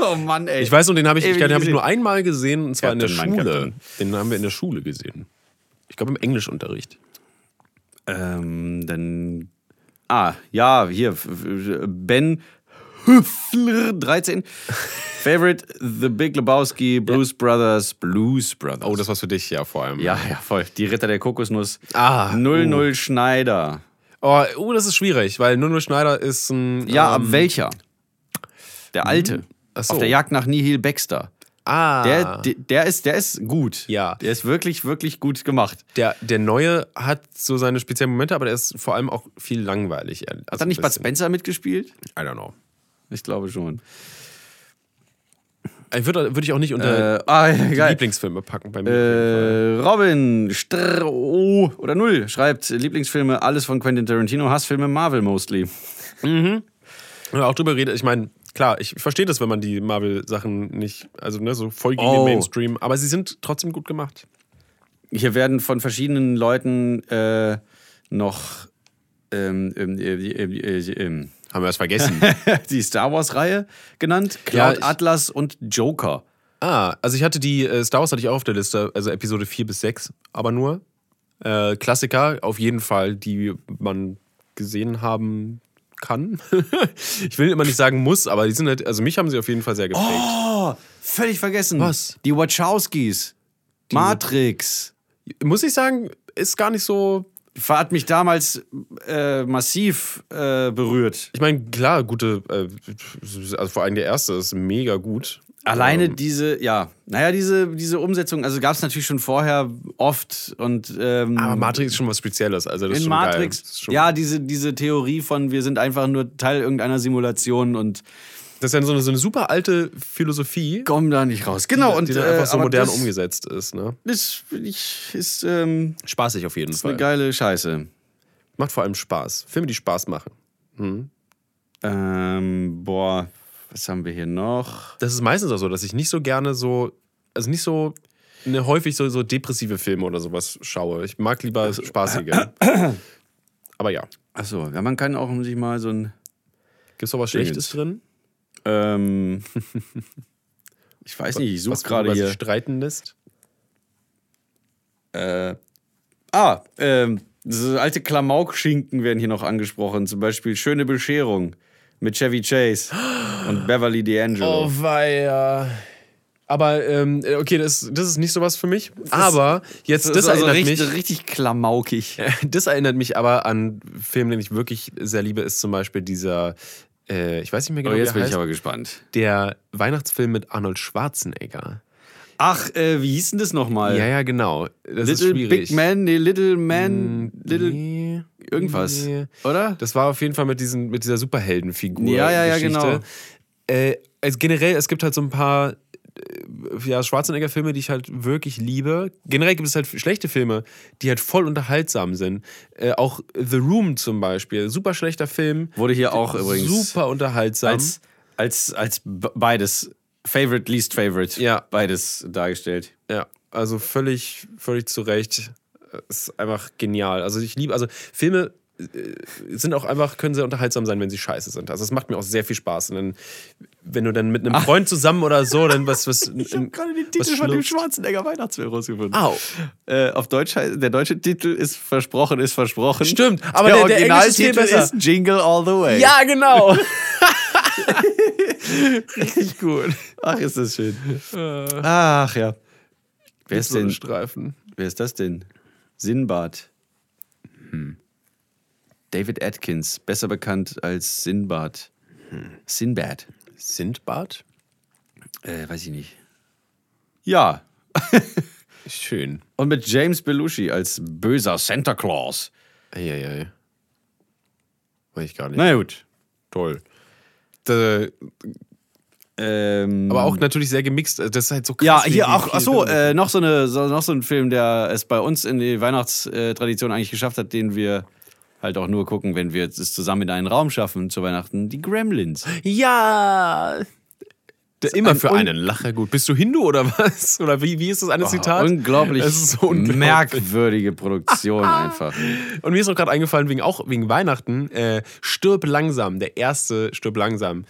Speaker 1: oh Mann, ey.
Speaker 2: Ich weiß nur, den habe ich, ich,
Speaker 1: Ewig
Speaker 2: den habe ich
Speaker 1: gesehen.
Speaker 2: nur einmal gesehen, und zwar in der
Speaker 1: Captain, mein
Speaker 2: Schule.
Speaker 1: Captain.
Speaker 2: Den haben wir in der Schule gesehen. Ich glaube, im Englischunterricht.
Speaker 1: Ähm, dann. Ah, ja, hier. f- f- Ben Höfler 13. Favorite: The Big Lebowski, Blues Brothers, Blues Brothers.
Speaker 2: Oh, das war's für dich, ja, vor allem.
Speaker 1: Ja, ja, voll. Die Ritter der Kokosnuss.
Speaker 2: Ah,
Speaker 1: 00 Schneider.
Speaker 2: Oh, uh, das ist schwierig, weil Nuno Schneider ist ein.
Speaker 1: Ja,
Speaker 2: ähm,
Speaker 1: ab welcher? Der alte.
Speaker 2: Ach so.
Speaker 1: Auf der Jagd nach Nihil Baxter.
Speaker 2: ah,
Speaker 1: Der,
Speaker 2: der,
Speaker 1: der, der, ist, der ist gut.
Speaker 2: Ja.
Speaker 1: Der ist wirklich, wirklich gut gemacht.
Speaker 2: der, Neue hat so seine speziellen Momente, aber der ist vor allem auch viel langweilig. ehrlich- Also
Speaker 1: Hat da nicht
Speaker 2: ein
Speaker 1: Bud
Speaker 2: bisschen.
Speaker 1: Spencer mitgespielt?
Speaker 2: I don't know.
Speaker 1: Ich glaube schon.
Speaker 2: Ich würde würd ich auch nicht unter
Speaker 1: Äh, ah, ja,
Speaker 2: die
Speaker 1: geil.
Speaker 2: Lieblingsfilme packen bei mir.
Speaker 1: Äh, Robin Strr, O oder Null schreibt Lieblingsfilme, alles von Quentin Tarantino, Hassfilme, Marvel mostly.
Speaker 2: Wenn man auch drüber redet, ich meine, klar, ich verstehe das, wenn man die Marvel-Sachen nicht, also ne, so voll gegen
Speaker 1: Oh.
Speaker 2: den Mainstream, aber sie sind trotzdem gut gemacht.
Speaker 1: Hier werden von verschiedenen Leuten äh, noch ähm, ähm, äh, äh, äh, ähm,
Speaker 2: Haben wir es vergessen.
Speaker 1: die Star Wars-Reihe genannt. Cloud
Speaker 2: ich-
Speaker 1: Atlas und Joker.
Speaker 2: Ah, also ich hatte die äh, Star Wars hatte ich auch auf der Liste, also Episode 4 bis 6, aber nur. Äh, Klassiker, auf jeden Fall, die man gesehen haben kann. ich will immer nicht sagen muss, aber die sind halt, also mich haben sie auf jeden Fall sehr geprägt.
Speaker 1: Völlig vergessen.
Speaker 2: Was?
Speaker 1: Die Wachowskis. Matrix.
Speaker 2: muss ich sagen, ist gar nicht so.
Speaker 1: Hat mich damals äh, massiv äh, berührt.
Speaker 2: Ich meine, klar, gute, äh, also vor allem der erste ist mega gut.
Speaker 1: Alleine
Speaker 2: Ähm,
Speaker 1: diese, ja, naja, diese, diese Umsetzung, also gab es natürlich schon vorher oft und ähm,
Speaker 2: Aber Matrix ist schon was Spezielles. Also das ist
Speaker 1: in
Speaker 2: schon geil. Das
Speaker 1: Matrix,
Speaker 2: ist schon,
Speaker 1: ja, diese, diese Theorie von wir sind einfach nur Teil irgendeiner Simulation und
Speaker 2: Das ist ja so eine, so eine super alte Philosophie,
Speaker 1: kommen da nicht raus. Genau,
Speaker 2: die,
Speaker 1: und
Speaker 2: die dann einfach so
Speaker 1: aber
Speaker 2: modern
Speaker 1: das
Speaker 2: umgesetzt ist. Ne?
Speaker 1: Ist, ich, ist, ähm,
Speaker 2: Spaßig auf jeden
Speaker 1: ist eine geile Scheiße.
Speaker 2: Macht vor allem Spaß. Filme, die Spaß machen.
Speaker 1: Ähm, boah, was haben wir hier noch?
Speaker 2: Das ist meistens auch so, dass ich nicht so gerne so, also nicht so ne, häufig so, so depressive Filme oder sowas schaue. Ich mag lieber spaßige. Aber ja,
Speaker 1: Achso, ja, man kann auch sich mal so ein.
Speaker 2: gibt's noch was Schlechtes drin?
Speaker 1: Ähm, ich weiß nicht, ich suche
Speaker 2: was
Speaker 1: gerade
Speaker 2: worüber sich
Speaker 1: hier.
Speaker 2: streiten lässt?
Speaker 1: Äh, ah, ähm, so alte Klamauk-Schinken werden hier noch angesprochen. Zum Beispiel Schöne Bescherung mit Chevy Chase und Beverly D'Angelo.
Speaker 2: Oh, weia. Aber ähm, okay, das, das ist nicht sowas für mich. aber jetzt, das,
Speaker 1: ist also
Speaker 2: erinnert
Speaker 1: richtig,
Speaker 2: mich,
Speaker 1: richtig klamaukig.
Speaker 2: das erinnert mich aber an Filme, den ich wirklich sehr liebe, ist zum Beispiel dieser, äh, ich weiß nicht mehr
Speaker 1: Oh,
Speaker 2: genau,
Speaker 1: jetzt
Speaker 2: wie
Speaker 1: bin
Speaker 2: er
Speaker 1: ich
Speaker 2: heißt,
Speaker 1: aber gespannt.
Speaker 2: der Weihnachtsfilm mit Arnold Schwarzenegger.
Speaker 1: Ach, äh, wie hieß denn das nochmal?
Speaker 2: Ja, ja, genau. Das ist
Speaker 1: Little
Speaker 2: schwierig.
Speaker 1: Big Man, nee, Little Man, Little
Speaker 2: Nee.
Speaker 1: irgendwas,
Speaker 2: Nee.
Speaker 1: oder?
Speaker 2: Das war auf jeden Fall mit, diesen, mit dieser Superheldenfigur.
Speaker 1: Ja, ja, ja,
Speaker 2: Geschichte.
Speaker 1: genau.
Speaker 2: Äh, also generell, es gibt halt so ein paar äh, ja, Schwarzenegger-Filme, die ich halt wirklich liebe. Generell gibt es halt schlechte Filme, die halt voll unterhaltsam sind. Äh, auch The Room zum Beispiel, super schlechter Film.
Speaker 1: Wurde hier auch übrigens
Speaker 2: Super unterhaltsam.
Speaker 1: als, als, als b- beides. Favorite, least favorite.
Speaker 2: Ja.
Speaker 1: Beides dargestellt.
Speaker 2: Ja, also völlig, völlig zu Recht. Ist einfach genial. Also ich liebe, also Filme äh, sind auch einfach, können sehr unterhaltsam sein, wenn sie scheiße sind. Also es macht mir auch sehr viel Spaß. Und dann, wenn du dann mit einem Freund zusammen oder so, dann was, was.
Speaker 1: Hm.
Speaker 2: was schluckst.
Speaker 1: Schwarzenegger Weihnachtsfilm rausgefunden.
Speaker 2: Au.
Speaker 1: Äh, auf Deutsch heißt, der deutsche Titel ist versprochen, ist versprochen.
Speaker 2: Stimmt, aber der- der englische ist viel
Speaker 1: Originaltitel
Speaker 2: besser.
Speaker 1: ist Jingle All the Way.
Speaker 2: Ja, genau.
Speaker 1: richtig gut. Ach, ist das schön. Ach ja. Wer ist,
Speaker 2: so ein
Speaker 1: denn,
Speaker 2: Streifen.
Speaker 1: wer ist das denn? Sinbad. Hm. David Atkins, besser bekannt als Sinbad. Hm. Sinbad.
Speaker 2: Sindbad?
Speaker 1: Äh, weiß ich nicht. Ja.
Speaker 2: Schön.
Speaker 1: Und mit James Belushi als böser Santa Claus.
Speaker 2: Eieiei. Weiß ich gar nicht.
Speaker 1: Na gut.
Speaker 2: Toll. Da,
Speaker 1: Ähm,
Speaker 2: aber auch natürlich sehr gemixt. Also Das ist halt so krass.
Speaker 1: ja,
Speaker 2: wie-
Speaker 1: hier
Speaker 2: wie
Speaker 1: auch,
Speaker 2: viel
Speaker 1: ach so,
Speaker 2: Filme-
Speaker 1: äh, noch, so eine, so, noch so ein Film, der es bei uns in die Weihnachtstradition eigentlich geschafft hat, den wir halt auch nur gucken, wenn wir es zusammen in einen Raum schaffen zu Weihnachten, die Gremlins.
Speaker 2: Ja. immer
Speaker 1: ein
Speaker 2: für
Speaker 1: un-
Speaker 2: einen Lacher gut. Bist du Hindu oder was? Oder wie, wie ist das eine Zitat?
Speaker 1: Unglaublich,
Speaker 2: Es ist so unglaublich.
Speaker 1: merkwürdige Produktion einfach.
Speaker 2: Und mir ist auch gerade eingefallen, wegen, auch wegen Weihnachten, äh, Stirb langsam, der erste Stirb langsam.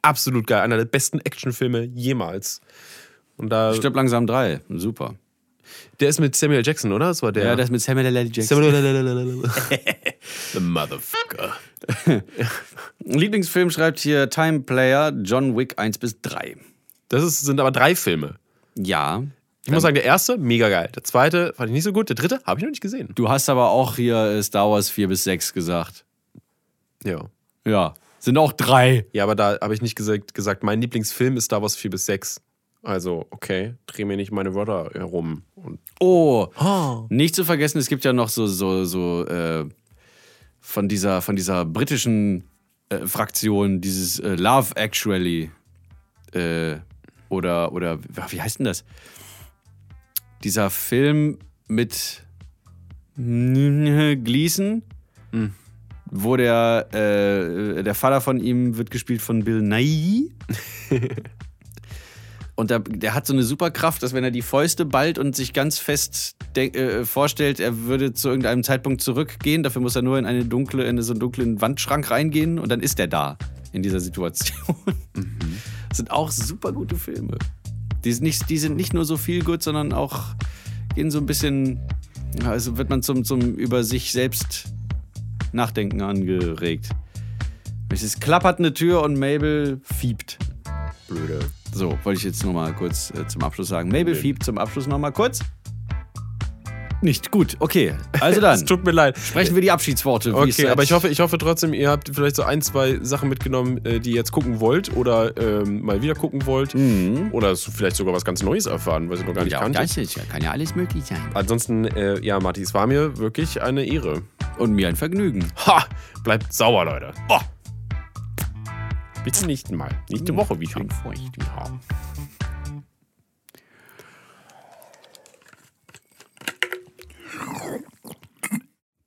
Speaker 2: Absolut geil. Einer der besten Actionfilme jemals. Und da,
Speaker 1: Stirb langsam drei, super.
Speaker 2: der ist mit Samuel Jackson, oder? Das war der.
Speaker 1: Ja, das mit Samuel L. L. Jackson.
Speaker 2: Samuel The Motherfucker.
Speaker 1: Lieblingsfilm schreibt hier Time Player, John Wick 1 bis 3.
Speaker 2: Das ist, sind aber drei Filme.
Speaker 1: Ja.
Speaker 2: Ich muss sagen, der erste, mega geil. Der zweite fand ich nicht so gut. Der dritte habe ich noch nicht gesehen.
Speaker 1: Du hast aber auch hier äh, Star Wars 4 bis 6 gesagt.
Speaker 2: Ja.
Speaker 1: Ja. Sind auch drei.
Speaker 2: Ja, aber da habe ich nicht gesagt, gesagt, mein Lieblingsfilm ist Star Wars 4 bis 6. Also, okay, dreh mir nicht meine Wörter herum. Und
Speaker 1: Oh. Nicht zu vergessen, es gibt ja noch so, so, so äh, von, dieser, von dieser britischen äh, Fraktion, dieses äh, Love Actually. Äh, oder, oder, ach, wie heißt denn das? Dieser Film mit Gleason, wo der, äh, der Vater von ihm wird gespielt von Bill Nye. Und der, der hat so eine Superkraft, dass wenn er die Fäuste ballt und sich ganz fest de- äh, vorstellt, er würde zu irgendeinem Zeitpunkt zurückgehen. Dafür muss er nur in eine dunkle, in so einen dunklen Wandschrank reingehen und dann ist er da in dieser Situation. Das sind auch super gute Filme. Die sind nicht, die sind nicht nur so viel gut, sondern auch gehen so ein bisschen, ja, also wird man zum, zum über sich selbst nachdenken angeregt. Es klappert eine Tür und Mabel fiebt.
Speaker 2: blöde.
Speaker 1: So, wollte ich jetzt nur mal kurz äh, zum Abschluss sagen. Mabel
Speaker 2: Problem.
Speaker 1: Fieb zum Abschluss noch mal kurz. nicht. Gut, okay. Also dann.
Speaker 2: Es tut mir leid.
Speaker 1: Sprechen wir die Abschiedsworte. wie es
Speaker 2: Okay,
Speaker 1: jetzt-
Speaker 2: aber ich hoffe, ich hoffe trotzdem, ihr habt vielleicht so ein, zwei Sachen mitgenommen, äh, die ihr jetzt gucken wollt oder ähm, mal wieder gucken wollt. Oder so vielleicht sogar was ganz Neues erfahren, was ihr noch gar nicht
Speaker 1: Mhm. Ja,
Speaker 2: kanntet.
Speaker 1: das ist, ja- kann ja alles möglich sein.
Speaker 2: Ansonsten, äh, ja, Marti, es war mir wirklich eine Ehre.
Speaker 1: Und mir ein Vergnügen.
Speaker 2: Ha! Bleibt sauer, Leute. Oh. Bis zum nächsten Mal. Nächste Woche wieder.
Speaker 1: Hm. feucht.
Speaker 2: Ja.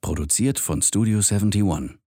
Speaker 3: Produziert von Studio 71.